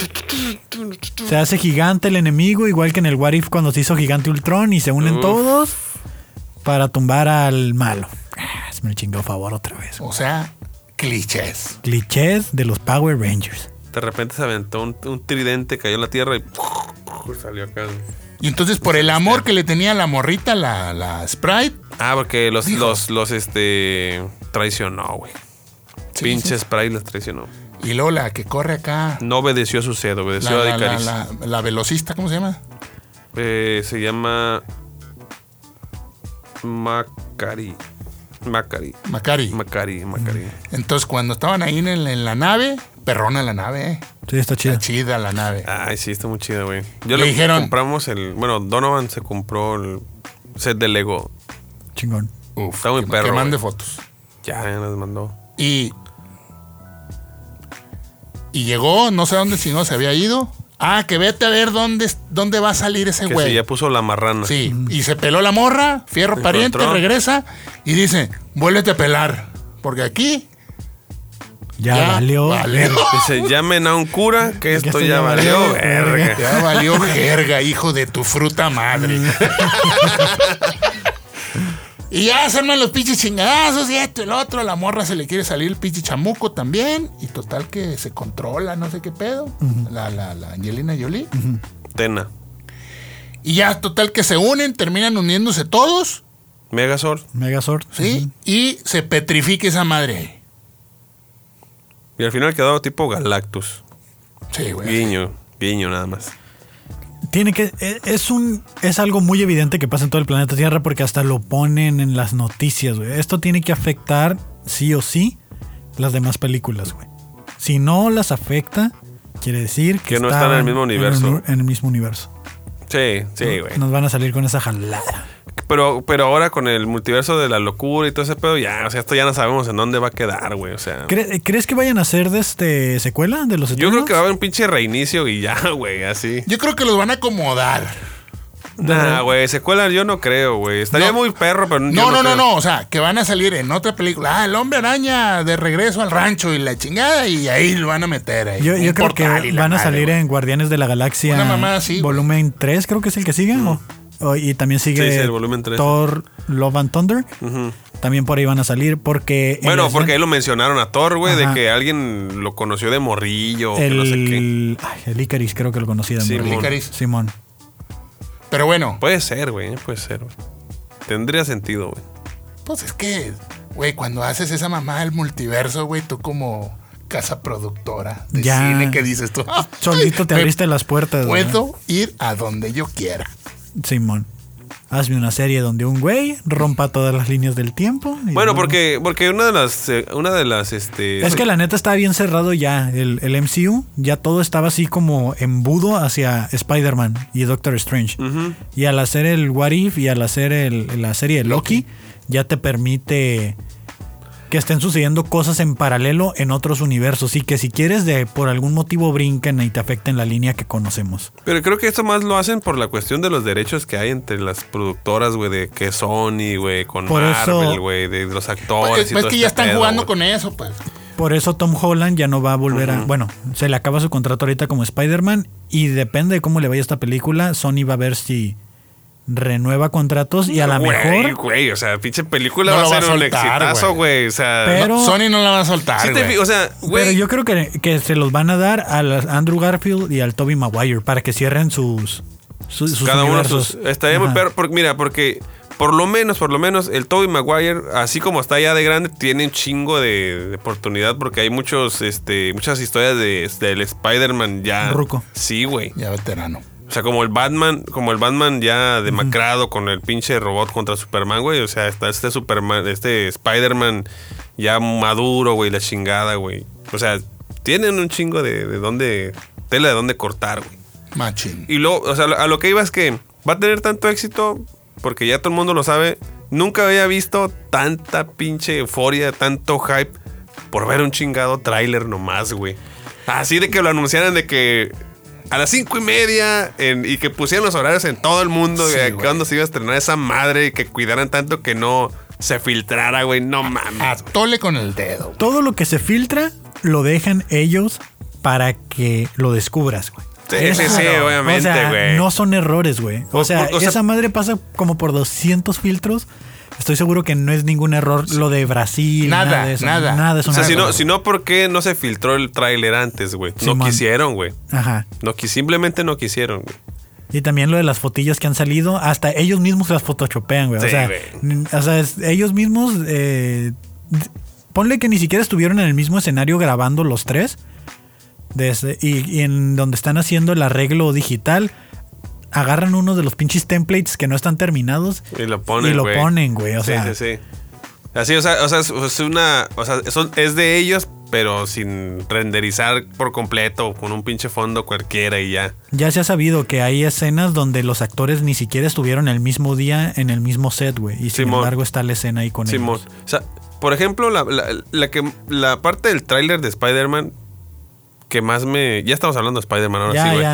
S2: Se hace gigante el enemigo, igual que en el What If cuando se hizo gigante Ultron y se unen
S1: Uf.
S2: todos para tumbar al malo. Ah, se me chingó a favor otra vez.
S3: O sea, clichés.
S2: Clichés de los Power Rangers.
S1: De repente se aventó un, un tridente, cayó en la tierra y [LAUGHS] salió acá.
S3: Y entonces, por el amor que le tenía la morrita, la, la Sprite,
S1: Ah, porque los,
S3: Hijo.
S1: los, los, este, traicionó, güey.
S3: Sí,
S1: Pinche Sprite los traicionó.
S3: y Lola, que corre acá.
S1: No obedeció a su sed,
S3: La,
S1: obedeció a
S3: la, la,
S1: Icaris.
S3: la- la velocista, ¿cómo se llama?
S1: Eh, se llama Macari. Macari.
S3: Macari.
S1: Macari, Macari.
S3: Entonces, cuando estaban ahí en, el- en la nave, perrona la nave, ¿eh?
S2: Sí, está chido.
S3: Está chida la nave.
S1: Ay, sí, está muy chido, güey. Yo
S3: Le
S1: le,
S3: dijeron-
S1: compramos el. Bueno, Donovan se compró el set de Lego.
S2: Chingón.
S3: Uf,
S1: está muy
S3: que-
S1: perro,
S3: Que mande
S1: güey.
S3: fotos.
S1: Ya, ya nos mandó.
S3: Y. Y llegó, no sé a dónde, si no se había ido. Ah, que vete a ver dónde, dónde va a salir ese
S1: Que
S3: güey.
S1: sí, ya puso la marrana.
S3: Sí, y se peló la morra, fierro
S1: Encontró.
S3: pariente, regresa y dice, vuélvete a pelar, porque aquí
S2: Ya, valió.
S3: valió.
S1: Dice, llamen a un cura que esto
S2: esto
S1: ya
S2: ya
S1: valió
S2: valió
S1: verga.
S3: Ya valió jerga, hijo de tu fruta madre. y ya se arman los pinches chingazos y esto y el otro. A la morra se le quiere salir el pinche chamuco también. Y total que se controla, no sé qué pedo. la, la, la Angelina Jolie.
S1: Tena.
S3: Y ya total que se unen, terminan uniéndose todos.
S1: Megazord.
S2: Megazord.
S3: ¿Sí? Y se petrifica esa madre.
S1: Y al final quedó tipo Galactus.
S3: Sí,
S2: Pues.
S3: güey.
S1: Guiño. Guiño nada más.
S2: Tiene que. e- Es un. Es algo muy evidente que pasa en todo el planeta Tierra porque hasta lo ponen en las noticias, güey. Esto tiene que afectar sí o sí las demás películas, güey. Si no las afecta, quiere decir que.
S1: Que no están en el mismo universo.
S2: En el, en el mismo universo.
S1: Sí, sí, güey.
S2: Nos van a salir con esa jalada.
S1: Pero, pero ahora con el multiverso de la locura y todo ese pedo, ya, o sea, esto ya no sabemos en dónde va a quedar, güey. O sea,
S2: ¿Cre- ¿Crees que vayan a hacer de este secuela de los
S1: yo creo
S2: Eternos?
S1: que va a haber un pinche reinicio y ya, [LAUGHS] güey, así.
S3: Yo creo que los van a acomodar.
S1: Nah, güey, secuela yo no creo, güey. Estaría
S3: No.
S1: muy perro, pero yo
S3: No, no, no,
S1: creo.
S3: no. O sea, que van a salir en otra película. Ah, el hombre araña de regreso al rancho y la chingada. Y ahí lo van a meter. ahí.
S2: Yo,
S3: Un
S2: yo creo que
S3: portal y la
S2: van a
S3: madre,
S2: salir
S3: güey.
S2: en Guardianes de la Galaxia.
S3: Una mamada así, güey.
S2: Volumen 3, creo que es el que sigue. ¿o? O- y también sigue
S1: Sí, sí, el volumen tres.
S2: Thor Love and Thunder. También por ahí van a salir. Porque. el
S1: Bueno,
S2: Slen-
S1: porque ahí lo mencionaron a Thor, güey, de
S2: Ajá.
S1: que alguien lo conoció de morrillo, o que
S2: El,
S1: no sé qué.
S2: ay, el Icaris, creo que lo conocí de
S1: Sí,
S2: morro.
S1: mo-
S3: Icaris.
S2: Simón.
S3: Pero bueno,
S1: Puede ser, güey, puede ser, güey. Tendría sentido, güey.
S3: pues es que, güey, cuando haces esa mamá del multiverso, güey, tú como casa productora de
S2: Ya.
S3: cine que dices tú. "Ay,
S2: [LAUGHS] Solito te
S3: me
S2: abriste las puertas. güey.
S3: Puedo ir a donde yo quiera.
S2: Simón. Hazme una serie donde un güey rompa todas las líneas del tiempo. y
S1: Bueno,
S2: luego-
S1: porque, porque una de las, eh, una de las, este...
S2: Es que la neta estaba bien cerrado ya el, el MCU. Ya todo estaba así como embudo hacia Spider-Man y Doctor Strange. Y al hacer el What If y al hacer el- la serie de Loki, ya te permite que estén sucediendo cosas en paralelo en otros universos. Y que si quieres, de por algún motivo brinquen y te afecten la línea que conocemos.
S1: Pero creo que esto más lo hacen por la cuestión de los derechos que hay entre las productoras, güey, de que Sony, güey, con
S2: Por eso-
S1: Marvel, güey, de los actores.
S3: Pues
S1: y todo
S3: es que
S1: este
S3: ya están
S1: pedo,
S3: jugando
S1: güey.
S3: con eso, pues.
S2: Por eso Tom Holland ya no va a volver a. Bueno, se le acaba su contrato ahorita como Spider-Man. Y depende de cómo le vaya esta película, Sony va a ver si renueva contratos y a lo
S1: Güey,
S2: mejor.
S1: güey, o sea, pinche película
S3: No
S1: va a
S3: lo va
S1: ser
S3: a
S1: un
S3: soltar,
S1: exitazo, güey, o sea...
S2: Pero-
S1: no-
S3: No, Sony no la va a soltar.
S1: sí te
S3: güey.
S1: fi- o sea,
S2: Pero
S1: güey,
S2: yo creo que, que se los van a dar a las Andrew Garfield y al Toby Maguire para que cierren sus. su- sus
S1: cada uno
S2: universos.
S1: sus... Estaría muy
S2: Ajá.
S1: perro, porque, mira, porque... Por lo menos, por lo menos, el Toby Maguire, así como está ya de grande, tiene un chingo de, de oportunidad porque hay muchos, este, muchas historias de, del Spider-Man ya.
S2: Ruco.
S1: Sí, güey.
S3: Ya veterano.
S1: O sea, como el Batman, como el Batman ya demacrado con el pinche robot contra Superman, güey. O sea, está este Superman, este Spider-Man ya maduro, güey, la chingada, güey. O sea, tienen un chingo de, de dónde, tela de dónde cortar, güey.
S3: Machín.
S1: Y luego, o sea, a lo que iba es que va a tener tanto éxito, porque ya todo el mundo lo sabe. Nunca había visto tanta pinche euforia, tanto hype por ver un chingado tráiler nomás, güey. Así de que lo anunciaran de que a las cinco y media en- y que pusieran los horarios en todo el mundo,
S3: Sí,
S1: güey,
S3: güey.
S1: cuando se iba a estrenar esa madre y que cuidaran tanto que no se filtrara, güey. No
S2: Ah,
S1: mames.
S3: Atole con el dedo. güey.
S2: Todo lo que se filtra lo dejan ellos para que lo descubras, güey.
S1: Sí, sí, sí,
S2: Eso,
S1: obviamente,
S2: o sea,
S1: güey.
S2: no son errores, güey. O,
S1: O-
S2: sea,
S1: o- o sea-
S2: esa madre pasa como por 200 filtros. Estoy seguro que no es ningún error lo de Brasil. Nada,
S3: Nada,
S2: de eso,
S3: nada.
S2: Nada es
S1: O
S2: un
S1: sea, si
S2: error.
S1: no, si no, ¿por qué no se filtró el tráiler antes, güey? No
S2: Simón.
S1: quisieron, güey.
S2: Ajá.
S1: No, qui- simplemente no quisieron, güey.
S2: Y también lo de las fotillas que han salido, hasta ellos mismos las photoshopean, güey.
S1: Sí,
S2: o sea,
S1: güey.
S2: n- o sea, es- ellos mismos, eh, d- ponle que ni siquiera estuvieron en el mismo escenario grabando los tres, desde, y, y en donde están haciendo el arreglo digital, agarran uno de los pinches templates que no están terminados
S1: Y lo ponen,
S2: y lo
S1: güey.
S2: ponen, güey. O
S1: sí,
S2: sea,
S1: sí, sí. Así, o sea, o sea, es- es una. O sea, son- es de ellos, pero sin renderizar por completo, con un pinche fondo cualquiera y ya.
S2: ya se ha sabido que hay escenas donde los actores ni siquiera estuvieron el mismo día en el mismo set, güey. Y sin
S1: Simón.
S2: embargo está la escena ahí con
S1: Simón.
S2: ellos.
S1: O sea, por ejemplo, la, la- la que, la parte del tráiler de Spider-Man que más me. Ya estamos hablando de Spider-Man ahora
S2: Ya,
S1: sí, güey.
S2: ya,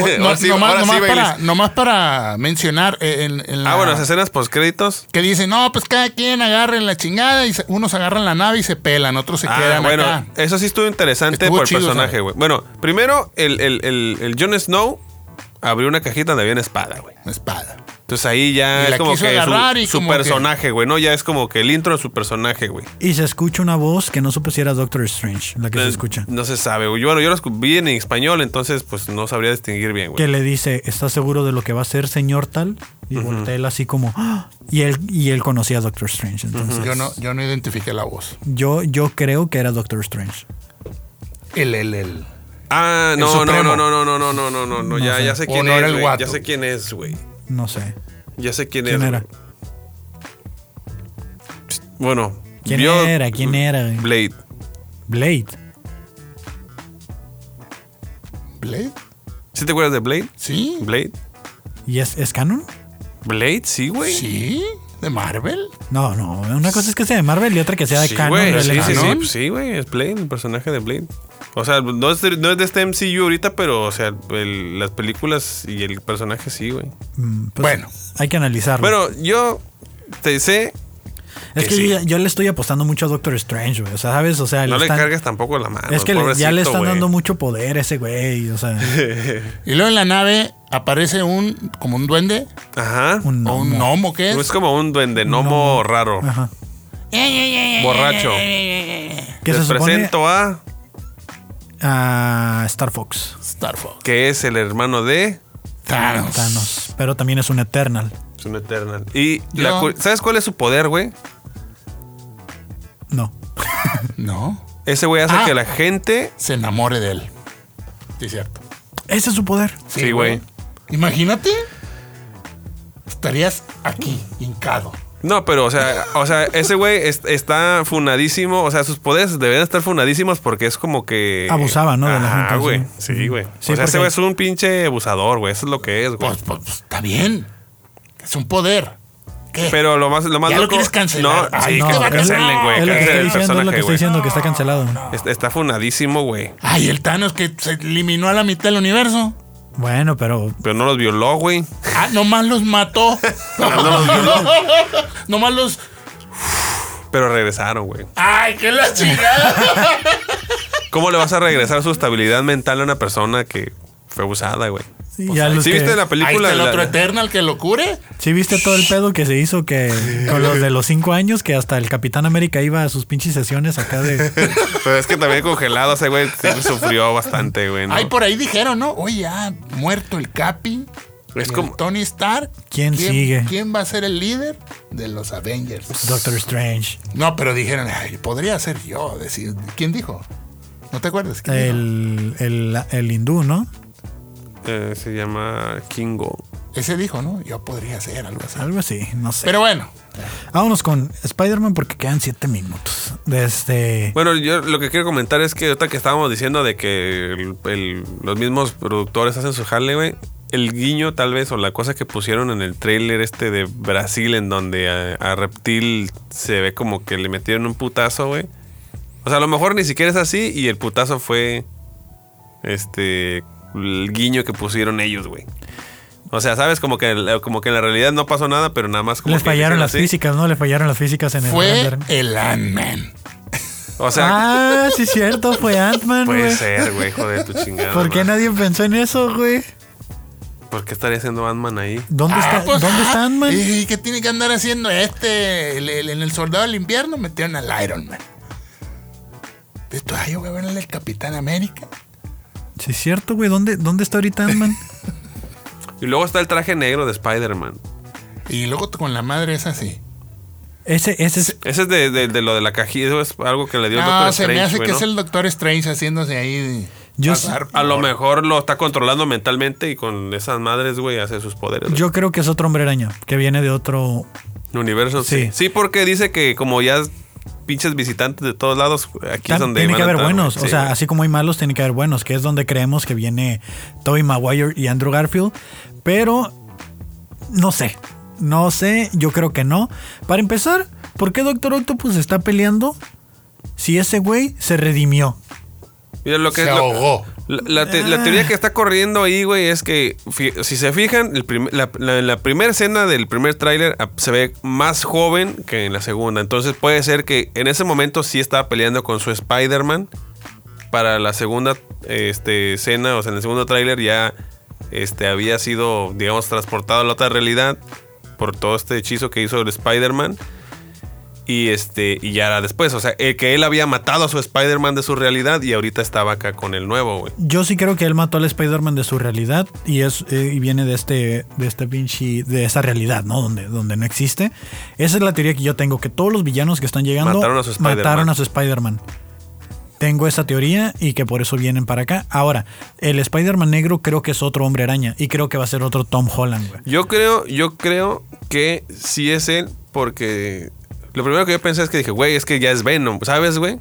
S1: [LAUGHS] Ahora
S3: No-
S1: sí,
S3: nomás,
S1: ahora sí,
S3: nomás para,
S1: Baileys.
S3: nomás para mencionar eh, en, en la-
S1: Ah, bueno, las escenas postcréditos.
S3: que dicen, no, pues cada quien agarre la chingada y se- unos agarran la nave y se pelan, otros se
S1: Ah,
S3: quedan
S1: bueno,
S3: acá.
S1: eso sí estuvo interesante
S3: Estuvo
S1: por
S3: chido,
S1: personaje,
S3: ¿sabes?
S1: güey. Bueno, primero, el, el, el, el Jon Snow abrió una cajita donde había una espada, güey.
S3: Espada.
S1: Entonces ahí ya
S3: Y
S1: es
S3: la
S1: como
S3: quiso
S1: que
S3: agarrar
S1: su,
S3: y
S1: su
S3: como que-
S1: personaje, güey, ¿no? Ya es como que el intro de su personaje, güey.
S2: Y se escucha una voz que no supe si era Doctor Strange, la que se escucha.
S1: Eh, No se sabe, güey. Yo, bueno, yo los vi en español, entonces pues no sabría distinguir bien,
S2: Que
S1: güey.
S2: le dice, ¿estás seguro de lo que va a ser, señor tal? Y voltea él así como... "Ah". Y él, y él conocía a Doctor Strange, entonces...
S3: Pues, Yo no, yo no identifiqué la voz.
S2: Yo, yo creo que era Doctor Strange.
S3: El, el, el.
S1: Ah, no, no,
S3: Supremo.
S1: no, no, no, no, no, no, no, no, no, ya,
S2: sé.
S1: ya sé
S3: O
S1: quién
S3: no era
S1: es,
S3: el
S1: güey.
S3: guato.
S1: Ya sé quién es, güey.
S2: No sé.
S1: Ya sé quién,
S2: ¿Quién
S1: es.
S2: era?
S1: güey. Bueno.
S2: ¿Quién
S1: vio-
S2: era? ¿Quién era? güey?
S1: Blade.
S2: Blade.
S3: ¿Blade?
S1: ¿Sí te acuerdas de Blade?
S3: ¿Sí?
S1: Blade.
S2: ¿Y es, es canon?
S1: Blade, sí, güey.
S3: ¿Sí? ¿De Marvel?
S2: No, no. Una cosa es que sea de Marvel y otra que sea de
S1: Sí,
S2: canon.
S1: güey,
S2: de
S1: sí,
S2: Legends.
S1: sí, sí,
S3: canon?
S1: pues sí, güey, es Blade, el personaje de Blade. O sea, no es, de, no es de este MCU ahorita, pero, o sea, el- las películas y el personaje sí, güey.
S2: Mm, pues,
S3: Bueno.
S2: Hay que analizarlo.
S1: Bueno, yo te sé,
S2: es
S1: que
S2: que
S1: sí.
S2: yo, ya- yo le estoy apostando mucho a Doctor Strange, güey. O sea, ¿sabes? O sea,
S1: no le
S2: están-
S1: cargas tampoco la mano.
S2: Es que le- ya
S1: pobrecito,
S2: le están
S1: güey.
S2: dando mucho poder a ese
S1: [LAUGHS]
S2: güey. O sea,
S3: Y luego en la nave aparece un, como un duende,
S1: Ajá.
S2: un
S3: o un
S2: gnomo.
S3: gnomo, ¿qué
S1: Es
S3: es?
S1: como un duende gnomo raro.
S2: Ajá.
S1: Borracho.
S2: Que se
S1: Les
S2: supone
S1: presento a
S2: a Star Fox.
S3: Star Fox.
S1: que es el hermano de.
S3: Thanos.
S2: Thanos. Pero también es un Eternal.
S1: Es un Eternal. Y
S3: Yo-
S1: la cu- ¿sabes cuál es su poder, güey?
S2: No.
S3: No,
S1: Ese güey hace
S3: Ah.
S1: que la gente.
S3: se enamore de él. Sí, cierto.
S2: Ese es su poder.
S1: Sí, güey.
S3: Imagínate, estarías aquí, hincado.
S1: No, pero, o sea, o sea, ese güey es- está funadísimo. O sea, sus poderes deberían estar funadísimos porque es como que.
S2: Abusaba, ¿no? De la
S1: Ajá,
S2: gente,
S1: güey.
S2: sí.
S1: Sí, güey.
S2: Sí,
S1: o sea, ese
S2: porque-
S1: güey es un pinche abusador, güey. Eso es lo que es, güey.
S3: Pues, pues, pues, está bien. Es un poder. ¿Qué?
S1: Pero lo más, lo más
S3: ¿Ya lo
S1: loco-
S3: quieres cancelar?
S1: No,
S3: Ay,
S1: sí,
S3: no.
S1: que lo
S3: Es-
S1: cancelen, güey.
S2: Es lo que
S1: Cancelen
S2: estoy
S1: el
S2: diciendo, es lo que
S1: personaje,
S2: estoy
S1: güey.
S2: diciendo que está cancelado.
S1: Es- Está funadísimo, güey.
S3: Ay, el Thanos que se eliminó a la mitad del universo.
S2: Bueno, pero
S1: Pero no los violó, güey.
S3: Ah, nomás los
S1: [LAUGHS]
S3: mató. [LAUGHS] nomás los.
S1: Pero regresaron, güey.
S3: Ay, qué la chingada.
S1: ¿Cómo le vas a regresar su estabilidad mental a una persona que fue abusada, güey?
S2: Sí, ya los
S1: ¿Sí
S2: que-
S1: viste la
S3: Ahí
S1: película?
S3: está el
S1: La-
S3: otro Eternal que lo cure.
S2: ¿Sí viste todo el pedo que se hizo que con los de los cinco años que hasta el Capitán América iba a sus pinches sesiones
S1: [LAUGHS]
S2: acá de
S1: [LAUGHS] Pero es que también congelado, ese güey sí sufrió bastante, güey. ¿no?
S3: Ay, por ahí dijeron, ¿no? Oye, ya, muerto el Capi.
S1: Es
S3: el
S1: como-
S3: Tony Stark.
S2: ¿Quién sigue?
S3: ¿Quién va a ser el líder de los Avengers?
S2: Doctor Strange,
S3: No, pero dijeron, "Ay, podría ser yo. Decir, ¿Quién dijo? ¿No te acuerdas? ¿Quién dijo?
S2: el, el, el hindú, ¿no?
S1: Eh, se llama Kingo.
S3: Ese dijo, ¿no? Yo podría ser algo así.
S2: Algo así, no sé.
S3: Pero bueno,
S2: Vámonos con Spider-Man porque quedan siete minutos. Desde
S1: Bueno, yo lo que quiero comentar es que ahorita que estábamos diciendo de que el- el- los mismos productores hacen su jale, güey. El guiño, tal vez, o la cosa que pusieron en el tráiler este de Brasil, en donde a, a Reptil se ve como que le metieron un putazo, güey. O sea, a lo mejor ni siquiera es así y el putazo fue este el guiño que pusieron ellos, güey. O sea, sabes como que como que en la realidad no pasó nada, pero nada más como
S2: les
S1: que
S2: fallaron
S1: hicieron
S2: las
S1: así.
S2: físicas, ¿no? Le fallaron las físicas en el
S3: fue
S2: render.
S3: el Ant-Man.
S1: O sea,
S2: Ah, sí, cierto, fue Ant-Man,
S1: puede
S2: güey.
S1: ser, güey, hijo de tu chingada.
S2: ¿Por qué
S1: madre.
S2: nadie pensó en eso, güey?
S1: ¿Por qué estaría haciendo Ant-Man ahí?
S2: ¿Dónde,
S3: Ah,
S2: está,
S3: pues,
S2: ¿dónde
S3: ah,
S2: está Ant-Man?
S3: ¿Y qué tiene que andar haciendo este? El- el- en el Soldado del Invierno metieron al Iron Man. Esto, ay, yo voy a ver el Capitán América.
S2: Sí, cierto, güey. ¿Dónde, ¿Dónde está
S1: [LAUGHS]
S2: ahorita Ant-Man?
S1: Y luego está el traje negro de Spider-Man.
S3: Y luego con la madre es así.
S2: Ese, ese es
S1: Ese es de, de- de lo de la cajilla, eso es algo que le dio el
S3: No,
S1: Doctor
S3: se me
S1: Strange,
S3: hace
S1: güey,
S3: que
S1: ¿no?
S3: es el Doctor Strange haciéndose ahí. de
S2: Yo
S3: pasar
S1: A lo
S3: por-
S1: mejor lo está controlando mentalmente y con esas madres, güey, hace sus poderes. güey.
S2: Yo creo que es otro hombre araña, que viene de otro.
S1: Universo, sí.
S2: Sí.
S1: Sí, porque dice que como ya es pinches visitantes de todos lados, aquí es
S2: Tan-
S1: donde
S2: tiene
S1: van
S2: que
S1: a
S2: haber
S1: entrar,
S2: buenos.
S1: güey.
S2: o
S1: Sí,
S2: sea,
S1: güey.
S2: así como hay malos, tiene que haber buenos, que es donde creemos que viene Tobey Maguire y Andrew Garfield. Pero no sé. No sé, yo creo que no. Para empezar, ¿por qué Doctor Octopus está peleando si ese güey se redimió?
S1: Mira, lo que
S3: Se
S1: es lo-
S3: ahogó.
S1: la, la te- la teoría que está corriendo ahí, güey, es que fi- si se fijan, el prim- la, la- la primera escena del primer tráiler ah, se ve más joven que en la segunda. Entonces puede ser que en ese momento sí estaba peleando con su Spider-Man para la segunda este, escena, o sea, en el segundo tráiler ya este, había sido, digamos, transportado a la otra realidad por todo este hechizo que hizo el Spider-Man. Y este, y ya era después. O sea, el que él había matado a su Spider-Man de su realidad y ahorita estaba acá con el nuevo, güey.
S2: Yo sí creo que él mató al Spider-Man de su realidad y es eh, y viene de este de este pinche de esa realidad, ¿no? Donde donde no existe. Esa es la teoría que yo tengo que todos los villanos que están llegando
S1: Mataron a su Spider-Man.
S2: mataron a su Spider-Man. Tengo esa teoría y que por eso vienen para acá. Ahora, el Spider-Man negro creo que es otro hombre araña y creo que va a ser otro Tom Holland, güey.
S1: Yo creo, yo creo que sí es él, porque lo primero que yo pensé es que dije, güey, es que ya es Venom, ¿sabes, güey?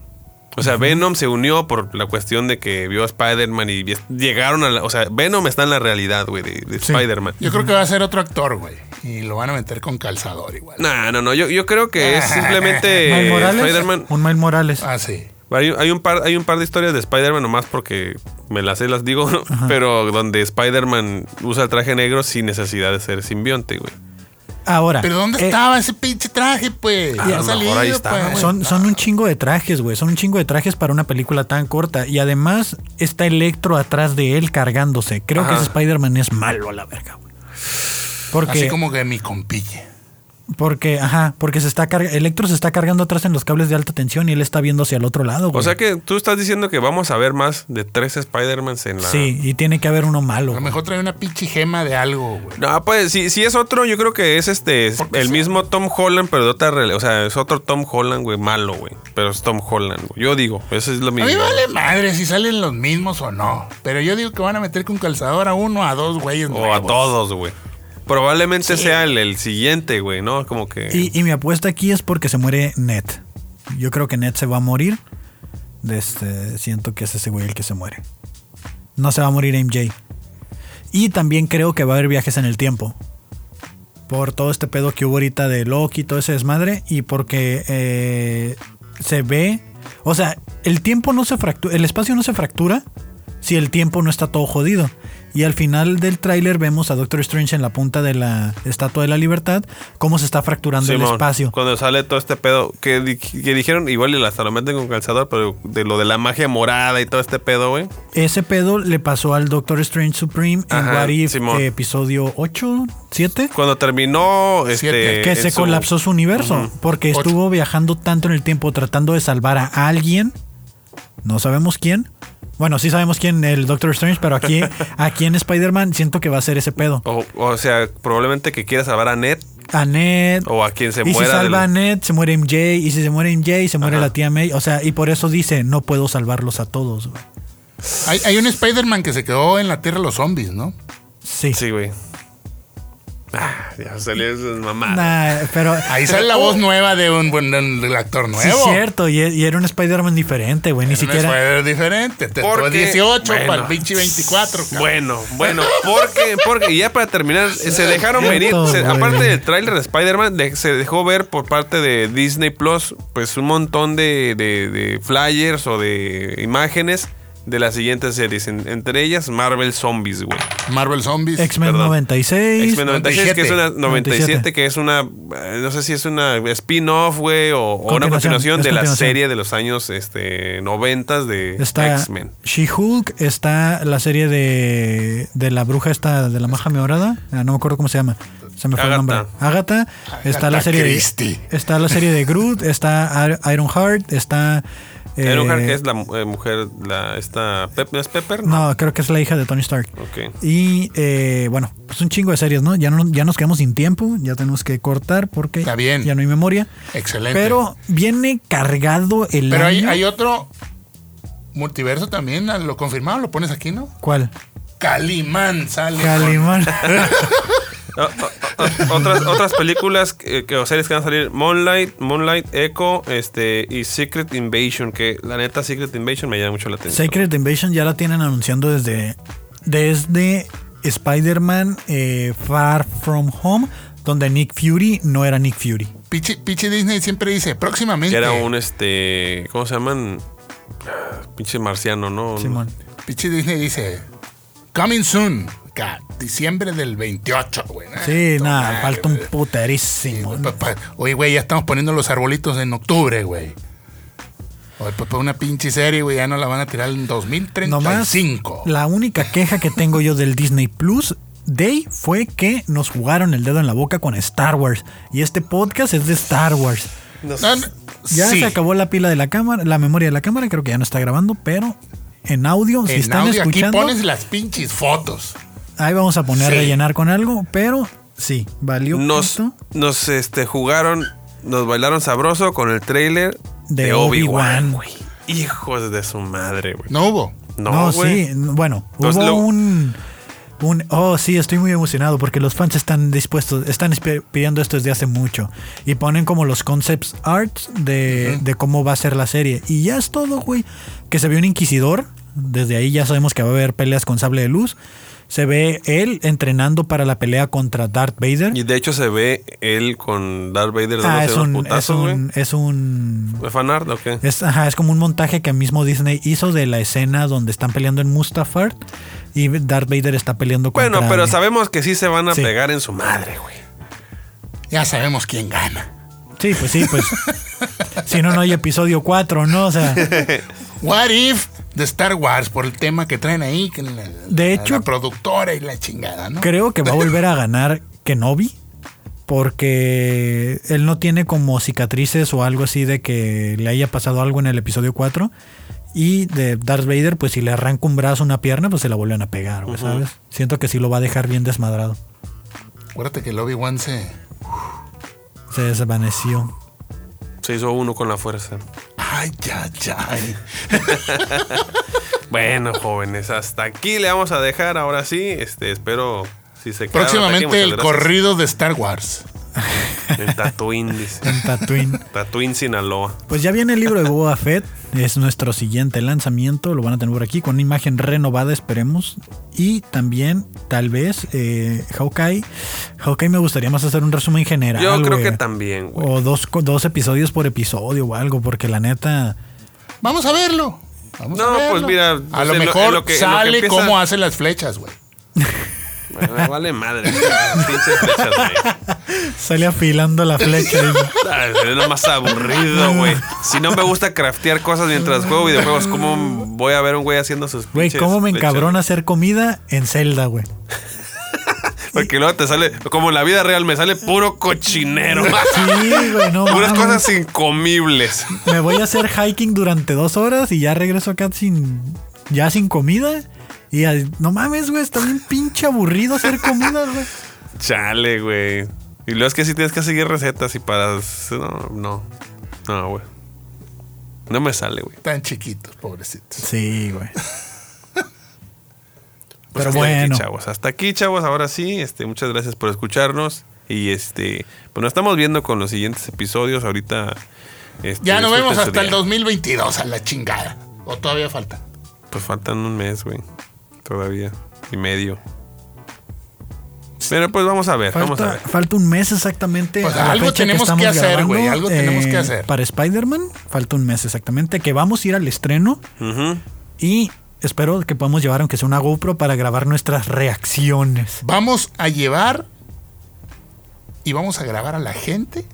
S1: O sea, Venom se unió por la cuestión de que vio a Spider-Man y vi- llegaron a la. O sea, Venom está en la realidad, güey, de, de
S2: Sí.
S1: Spider-Man.
S3: Yo creo que va a ser otro actor, güey. Y lo van a meter con calzador igual.
S1: No, no, no. Yo, yo creo que
S3: [LAUGHS]
S1: es simplemente
S2: Miles Morales,
S1: Eh, Spider-Man.
S2: un Miles Morales.
S3: Ah, sí.
S1: Hay, hay un par, hay un par de historias de Spider-Man nomás porque me las sé, las digo, pero donde Spider-Man usa el traje negro sin necesidad de ser simbionte, güey.
S2: Ahora,
S3: Pero ¿dónde
S2: eh,
S3: estaba ese pinche traje, pues?
S1: Ah,
S3: Ya
S1: a lo
S3: ha
S1: mejor
S3: salido,
S1: ahí está,
S3: pues.
S1: güey.
S2: Son, son un chingo de trajes, güey. Son un chingo de trajes para una película tan corta. Y además está Electro atrás de él cargándose. Creo
S1: Ajá.
S2: que ese Spider-Man es malo a la verga, güey. Porque,
S3: Así como que mi compille.
S2: porque, ajá, porque se está carga- Electro se está cargando atrás en los cables de alta tensión y él está viendo hacia el otro lado, güey.
S1: O sea que tú estás diciendo que vamos a ver más de tres Spider-Mans en la.
S2: Sí, y tiene que haber uno malo.
S3: A lo
S2: güey.
S3: mejor trae una pinche gema de algo, güey.
S1: No, pues si, si es otro, yo creo que es este. es
S3: Porque
S1: el
S3: sí.
S1: mismo Tom Holland, pero de otra rela- O sea, es otro Tom Holland, güey, malo, güey. Pero es Tom Holland, güey. Yo digo, eso es lo
S3: A
S1: mismo.
S3: mí vale madre si salen los mismos o no. Pero yo digo que van a meter con calzador a uno a dos güeyes.
S1: O a
S3: nuevos.
S1: todos, güey. Probablemente sea el, el siguiente, güey, ¿no? Como que.
S2: Y, y mi apuesta aquí es porque se muere Ned. Yo creo que Ned se va a morir. De este, siento que es ese güey el que se muere. No se va a morir MJ. Y también creo que va a haber viajes en el tiempo. Por todo este pedo que hubo ahorita de Loki y todo ese desmadre. Y porque eh, se ve. O sea, el tiempo no se fractura. El espacio no se fractura si el tiempo no está todo jodido. Y al final del tráiler vemos a Doctor Strange en la punta de la Estatua de la Libertad. Cómo se está fracturando el
S1: Simón,
S2: espacio.
S1: Cuando sale todo este pedo que, di- que dijeron, igual y hasta lo meten con calzador, pero de lo de la magia morada y todo este pedo, güey.
S2: Ese pedo le pasó al Doctor Strange Supreme en
S1: Ajá,
S2: What If,
S1: Simón.
S2: eh, episodio 8, 7.
S1: Cuando terminó este.
S3: Siete.
S2: que
S1: en
S2: se
S1: su-
S2: colapsó su universo porque
S3: Ocho.
S2: estuvo viajando tanto en el tiempo tratando de salvar a alguien. No sabemos quién. Bueno, sí sabemos quién, el Doctor Strange, pero
S1: [LAUGHS]
S2: aquí, aquí en Spider-Man siento que va a ser ese pedo.
S1: O, o sea, probablemente que quiera salvar a Ned
S2: A Ned.
S1: o a quien se
S2: y si
S1: muera. del-
S2: salva a Ned, se muere MJ. Y si se muere MJ, se muere
S1: Ajá.
S2: la tía May. O sea, y por eso dice, no puedo salvarlos a todos. güey.
S3: Hay, hay un Spider-Man que se quedó en la tierra de los zombies, ¿no?
S2: Sí.
S1: Sí, güey. Ah, ya salió esas mamadas.
S2: Nah,
S1: [LAUGHS]
S2: pero...
S3: Ahí sale la
S1: oh.
S3: voz nueva de un buen del del actor
S2: Sí,
S3: nuevo.
S2: cierto. Y, y era un Spider-Man diferente, güey. Ni
S3: Ni siquiera.
S2: siquiera...
S3: Fue diferente. Te
S1: Porque-
S3: fue 18
S1: bueno.
S3: para el pinche 24. cabrón.
S1: Bueno, bueno, porque, porque y ya para terminar, se dejaron venir,
S2: Cierto,
S1: se-
S2: güey.
S1: aparte del tráiler de Spider-Man, de- se dejó ver por parte de Disney Plus, pues un montón de, de- de flyers o de imágenes de las siguientes series, en- entre ellas Marvel Zombies, güey.
S3: Marvel Zombies.
S2: X-Men
S1: Perdón.
S2: 96.
S1: X-Men 96, que es una 97,
S2: 97,
S1: que es una, eh, no sé si es una spin-off, güey, o, o una
S2: Continuación,
S1: continuación
S2: es
S1: de la
S2: continuación.
S1: serie de los años este, 90 de
S2: Está
S1: X-Men.
S2: She-Hulk, está la serie de, de la bruja esta de la maja meorada, ah, no me acuerdo cómo se llama. Se me fue el
S1: Agatha.
S2: nombre. Agatha, está la
S3: Agatha
S2: serie
S3: Christie.
S2: de, está la serie de Groot, está Ar- Ironheart, está eh,
S1: Ironheart, que es la mu- eh, mujer, la, esta, Pep, ¿no es Pepper?
S2: No, creo que es la hija de Tony Stark.
S1: Ok.
S2: Y eh, bueno, pues un chingo de series, ¿no? Ya no ya nos quedamos sin tiempo, ya tenemos que cortar porque
S3: Está bien.
S2: ya no hay memoria.
S3: Excelente.
S2: Pero viene cargado el
S3: Pero hay,
S2: año.
S3: hay otro multiverso también. ah, Lo confirmado, lo pones aquí, ¿no?
S2: ¿Cuál?
S3: Calimán sale. con- [LAUGHS]
S2: Calimán.
S1: O- o- o- ah, otras, otras películas que, que- o series que van a salir, Moonlight, Moonlight, Echo, este, y Secret Invasion, que la neta Secret Invasion me llama mucho la atención.
S2: Secret Invasion ya la tienen anunciando desde, desde Spider-Man eh, Far From Home, donde Nick Fury no era Nick Fury.
S3: Pichi, Pichi Disney siempre dice, próximamente.
S1: Que era un, este, ¿cómo se llaman? Pinche marciano, ¿no?
S2: Simón.
S3: Pinche Disney dice, coming soon. Acá, diciembre del 28, güey. ¿no?
S2: Sí,
S3: Puta
S2: nada,
S3: madre,
S2: falta un
S3: güey.
S2: puterísimo.
S3: Pa- pa- Oye, güey, ya estamos poniendo los arbolitos en octubre, güey. Oye, pues pa- una pinche serie, güey, ya no la van a tirar en 2035.
S2: Nomás, la única queja que tengo yo del Disney Plus Day fue que nos jugaron el dedo en la boca con Star Wars. Y este podcast es de Star Wars.
S3: No, no,
S2: Ya
S3: sí.
S2: se acabó la pila de la cámara, la memoria de la cámara, creo que ya no está grabando, pero en audio, si
S3: En
S2: están
S3: audio,
S2: escuchando,
S3: aquí pones las pinches fotos.
S2: ahí vamos a poner
S3: Sí.
S2: rellenar con algo, pero sí, valió
S1: Nos,
S2: pito
S1: nos este, jugaron, nos bailaron sabroso con el trailer
S2: de,
S1: de,
S2: Obi-Wan.
S1: Obi-Wan. Hijos de su madre, güey.
S3: No hubo.
S2: No,
S1: No, güey.
S2: sí, n- bueno,
S1: Entonces,
S2: hubo
S1: lo-
S2: un, un... Oh, sí, estoy muy emocionado porque los fans están dispuestos, están espe- pidiendo esto desde hace mucho. Y ponen como los concepts arts de, de cómo va a ser la serie. Y ya es todo, güey. Que se ve un inquisidor, desde ahí ya sabemos que va a haber peleas con sable de luz. Se ve él entrenando para la pelea contra Darth Vader.
S1: Y de hecho se ve él con Darth Vader dándose
S2: Ah, es
S1: unos
S2: un, es
S1: putazos, güey.
S2: un, es un
S1: ¿Fue fanart o qué?
S2: es, ajá, es como un montaje que mismo Disney hizo de la escena donde están peleando en Mustafar y Darth Vader está peleando contra...
S1: Bueno, pero sabemos que sí se van a
S2: Sí.
S1: pegar en su madre, güey.
S3: Ya sabemos quién gana.
S2: Sí, pues sí,
S1: [LAUGHS]
S2: pues... si no, no hay episodio 4, ¿no? O sea,
S3: What if de Star Wars por el tema que traen ahí. que la-
S2: De hecho-
S3: La productora y la chingada, ¿no?
S2: creo que va a volver a ganar Kenobi porque él no tiene como cicatrices o algo así de que le haya pasado algo en el episodio 4 y de Darth Vader, pues si le arranca un brazo, una pierna, pues se la vuelven a pegar, güey, ¿sabes? Siento que sí lo va a dejar bien desmadrado.
S3: Acuérdate que el Obi-Wan se...
S2: Se desvaneció.
S1: Se hizo uno con la fuerza.
S3: Ay, ya, ya.
S1: Bueno, jóvenes, hasta aquí le vamos a dejar. Ahora sí, este, espero si se quedaron hasta aquí,
S3: Próximamente
S1: muchas
S3: el
S1: gracias.
S3: corrido de Star Wars.
S1: En Tatooine, dice.
S2: En Tatooine.
S1: Tatooine, Sinaloa.
S2: Pues ya viene el libro de Boba Fett. Es nuestro siguiente lanzamiento. Lo van a tener por aquí con una imagen renovada, esperemos. Y también, tal vez, eh, Hawkeye. Hawkeye me gustaría más hacer un resumen general.
S1: Yo creo
S2: güey.
S1: que también, güey.
S2: O dos, co- dos episodios por episodio o algo, porque la neta.
S3: Vamos a verlo. Vamos
S1: No,
S3: a verlo.
S1: pues mira,
S3: A
S1: pues
S3: lo
S1: en lo-
S3: mejor
S1: en lo que- en lo que
S3: sale
S1: empieza-
S3: cómo hace las flechas, güey.
S1: Me Vale madre. Pinche flechas, güey.
S2: Sale afilando la flecha.
S1: [LAUGHS]
S2: y-
S1: Ah, Es lo más aburrido, güey. Si no me gusta craftear cosas mientras juego videojuegos, ¿cómo voy a ver un güey haciendo sus
S2: Güey,
S1: pinches
S2: ¿cómo me
S1: flechas?
S2: encabrona hacer comida en Zelda, güey?
S1: Porque luego te sale, como en la vida real, me sale puro cochinero.
S2: Sí, güey, no.
S1: Puras
S2: mames.
S1: cosas incomibles.
S2: Me voy a hacer hiking durante dos horas y ya regreso acá sin. ya sin comida. Y al- no mames, güey, está bien pinche aburrido hacer comida, güey.
S1: Chale, güey. Y luego es que si tienes que seguir recetas y para. No, no. No, güey. No me sale, güey.
S3: Tan chiquitos, pobrecitos.
S2: Sí, güey.
S3: Pues
S2: Pero
S1: hasta
S2: bueno.
S1: Pues Aquí, chavos. Hasta aquí, chavos. Ahora sí, este, muchas gracias por escucharnos. Y este, pues nos estamos viendo con los siguientes episodios. Ahorita. este,
S3: Ya nos vemos
S1: disfruten su
S3: hasta el
S1: día.
S3: 2022, a la chingada. O todavía falta.
S1: Pues faltan un mes, güey. Todavía. Y medio. Pero pues vamos a ver, vamos a
S2: Falta,
S1: ver.
S2: falta un mes exactamente.
S3: Pues
S2: a la
S3: algo
S2: fecha
S3: tenemos que
S2: estamos
S3: hacer,
S2: grabando,
S3: güey,
S2: eh,
S3: algo tenemos que hacer.
S2: Para Spider-Man, falta un mes exactamente. Que vamos a ir al estreno
S1: Ujú.
S2: y espero que podamos llevar, aunque sea una GoPro, para grabar nuestras reacciones.
S3: Vamos a llevar y vamos a grabar a la gente.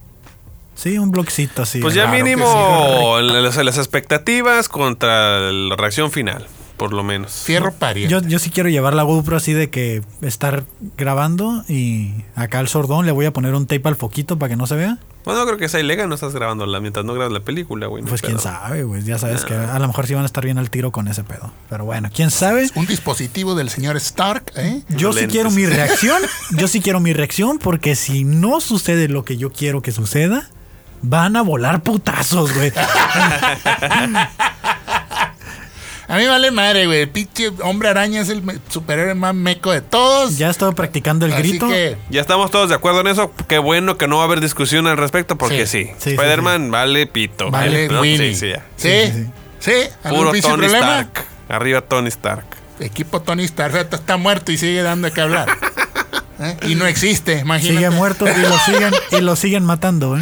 S2: Sí, un blogcito así.
S1: Pues ya
S3: claro que
S1: mínimo las, las expectativas contra la reacción final, por lo menos.
S3: Fierro pariente.
S2: Yo, yo sí quiero llevar la GoPro así de que estar grabando y acá al sordón le voy a poner un tape al foquito para que no se vea.
S1: Bueno, no creo que sea ilegal, no estás grabando la, mientras no grabas la película, güey. no
S2: Pues
S1: hay
S2: quién
S1: pedo.
S2: sabe, güey. Ya sabes que a lo mejor sí van a estar bien al tiro con ese pedo. Pero bueno, quién sabe.
S3: Un dispositivo del señor Stark, ¿eh?
S2: Yo sí
S1: Lentes.
S2: quiero mi reacción. Yo sí quiero mi reacción porque si no sucede lo que yo quiero que suceda, van a volar putazos, güey.
S3: A mí vale madre, güey. El pinche hombre araña es el me- superhéroe más meco de todos.
S2: Ya he estado practicando el
S3: Así
S2: grito.
S3: que
S1: Ya estamos todos de acuerdo en eso. Qué bueno que no va a haber discusión al respecto, porque sí.
S3: Sí.
S2: Sí, sí,
S1: Spider-Man vale pito.
S3: vale
S1: No,
S3: Winnie.
S1: Sí, sí, ya.
S3: Sí, sí. ¿Algún
S1: Puro Tony
S3: pinche problema?
S1: Stark. Arriba Tony Stark.
S3: Equipo Tony Stark ahorita está muerto y sigue dando de qué hablar. ¿Eh? Y no existe, imagínate.
S2: Sigue muerto y lo siguen, y lo siguen matando, ¿eh?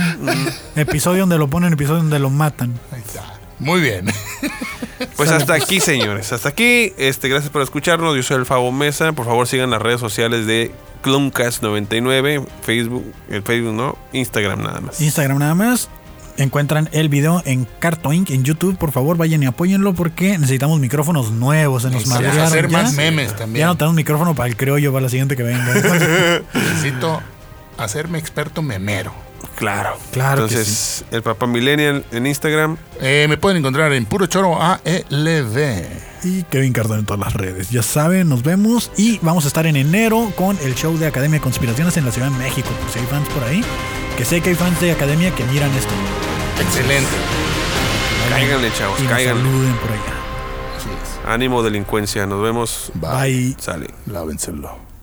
S2: Episodio donde lo ponen, episodio donde lo matan.
S3: Ahí está. Muy bien.
S1: Pues hasta aquí, señores. Hasta aquí. Este, gracias por escucharnos. Yo soy el Fabo Mesa. Por favor, sigan las redes sociales de Clumcast99, Facebook, el Facebook no, Instagram nada más.
S2: Instagram nada más. Encuentran el video en Carto Inc. en YouTube. Por favor, vayan y apóyenlo porque necesitamos micrófonos nuevos.
S3: [LAUGHS]
S2: Se nos
S3: Vamos a
S2: madrearon
S3: hacer
S2: ya.
S3: más memes
S2: Ya
S3: también.
S2: no tenemos micrófono para el criollo para la siguiente que venga.
S3: Necesito hacerme experto memero.
S1: Claro.
S2: Claro que
S1: Entonces, el Papá Millennial en Instagram.
S3: Eh, me pueden encontrar en Puro Choro E ALV.
S2: y Kevin Cardón en todas las redes. Ya saben, nos vemos y vamos a estar en enero con el show de Academia de Conspiraciones en la Ciudad de México. Por si hay fans por ahí, que sé que hay fans de Academia que miran esto.
S3: Excelente.
S1: Cáiganle, chavos.
S2: Y nos
S1: Cáiganle.
S2: saluden por allá.
S3: Así es.
S1: Ánimo, delincuencia. Nos vemos.
S3: Bye.
S2: Bye.
S1: Sale.
S3: Lávenselo.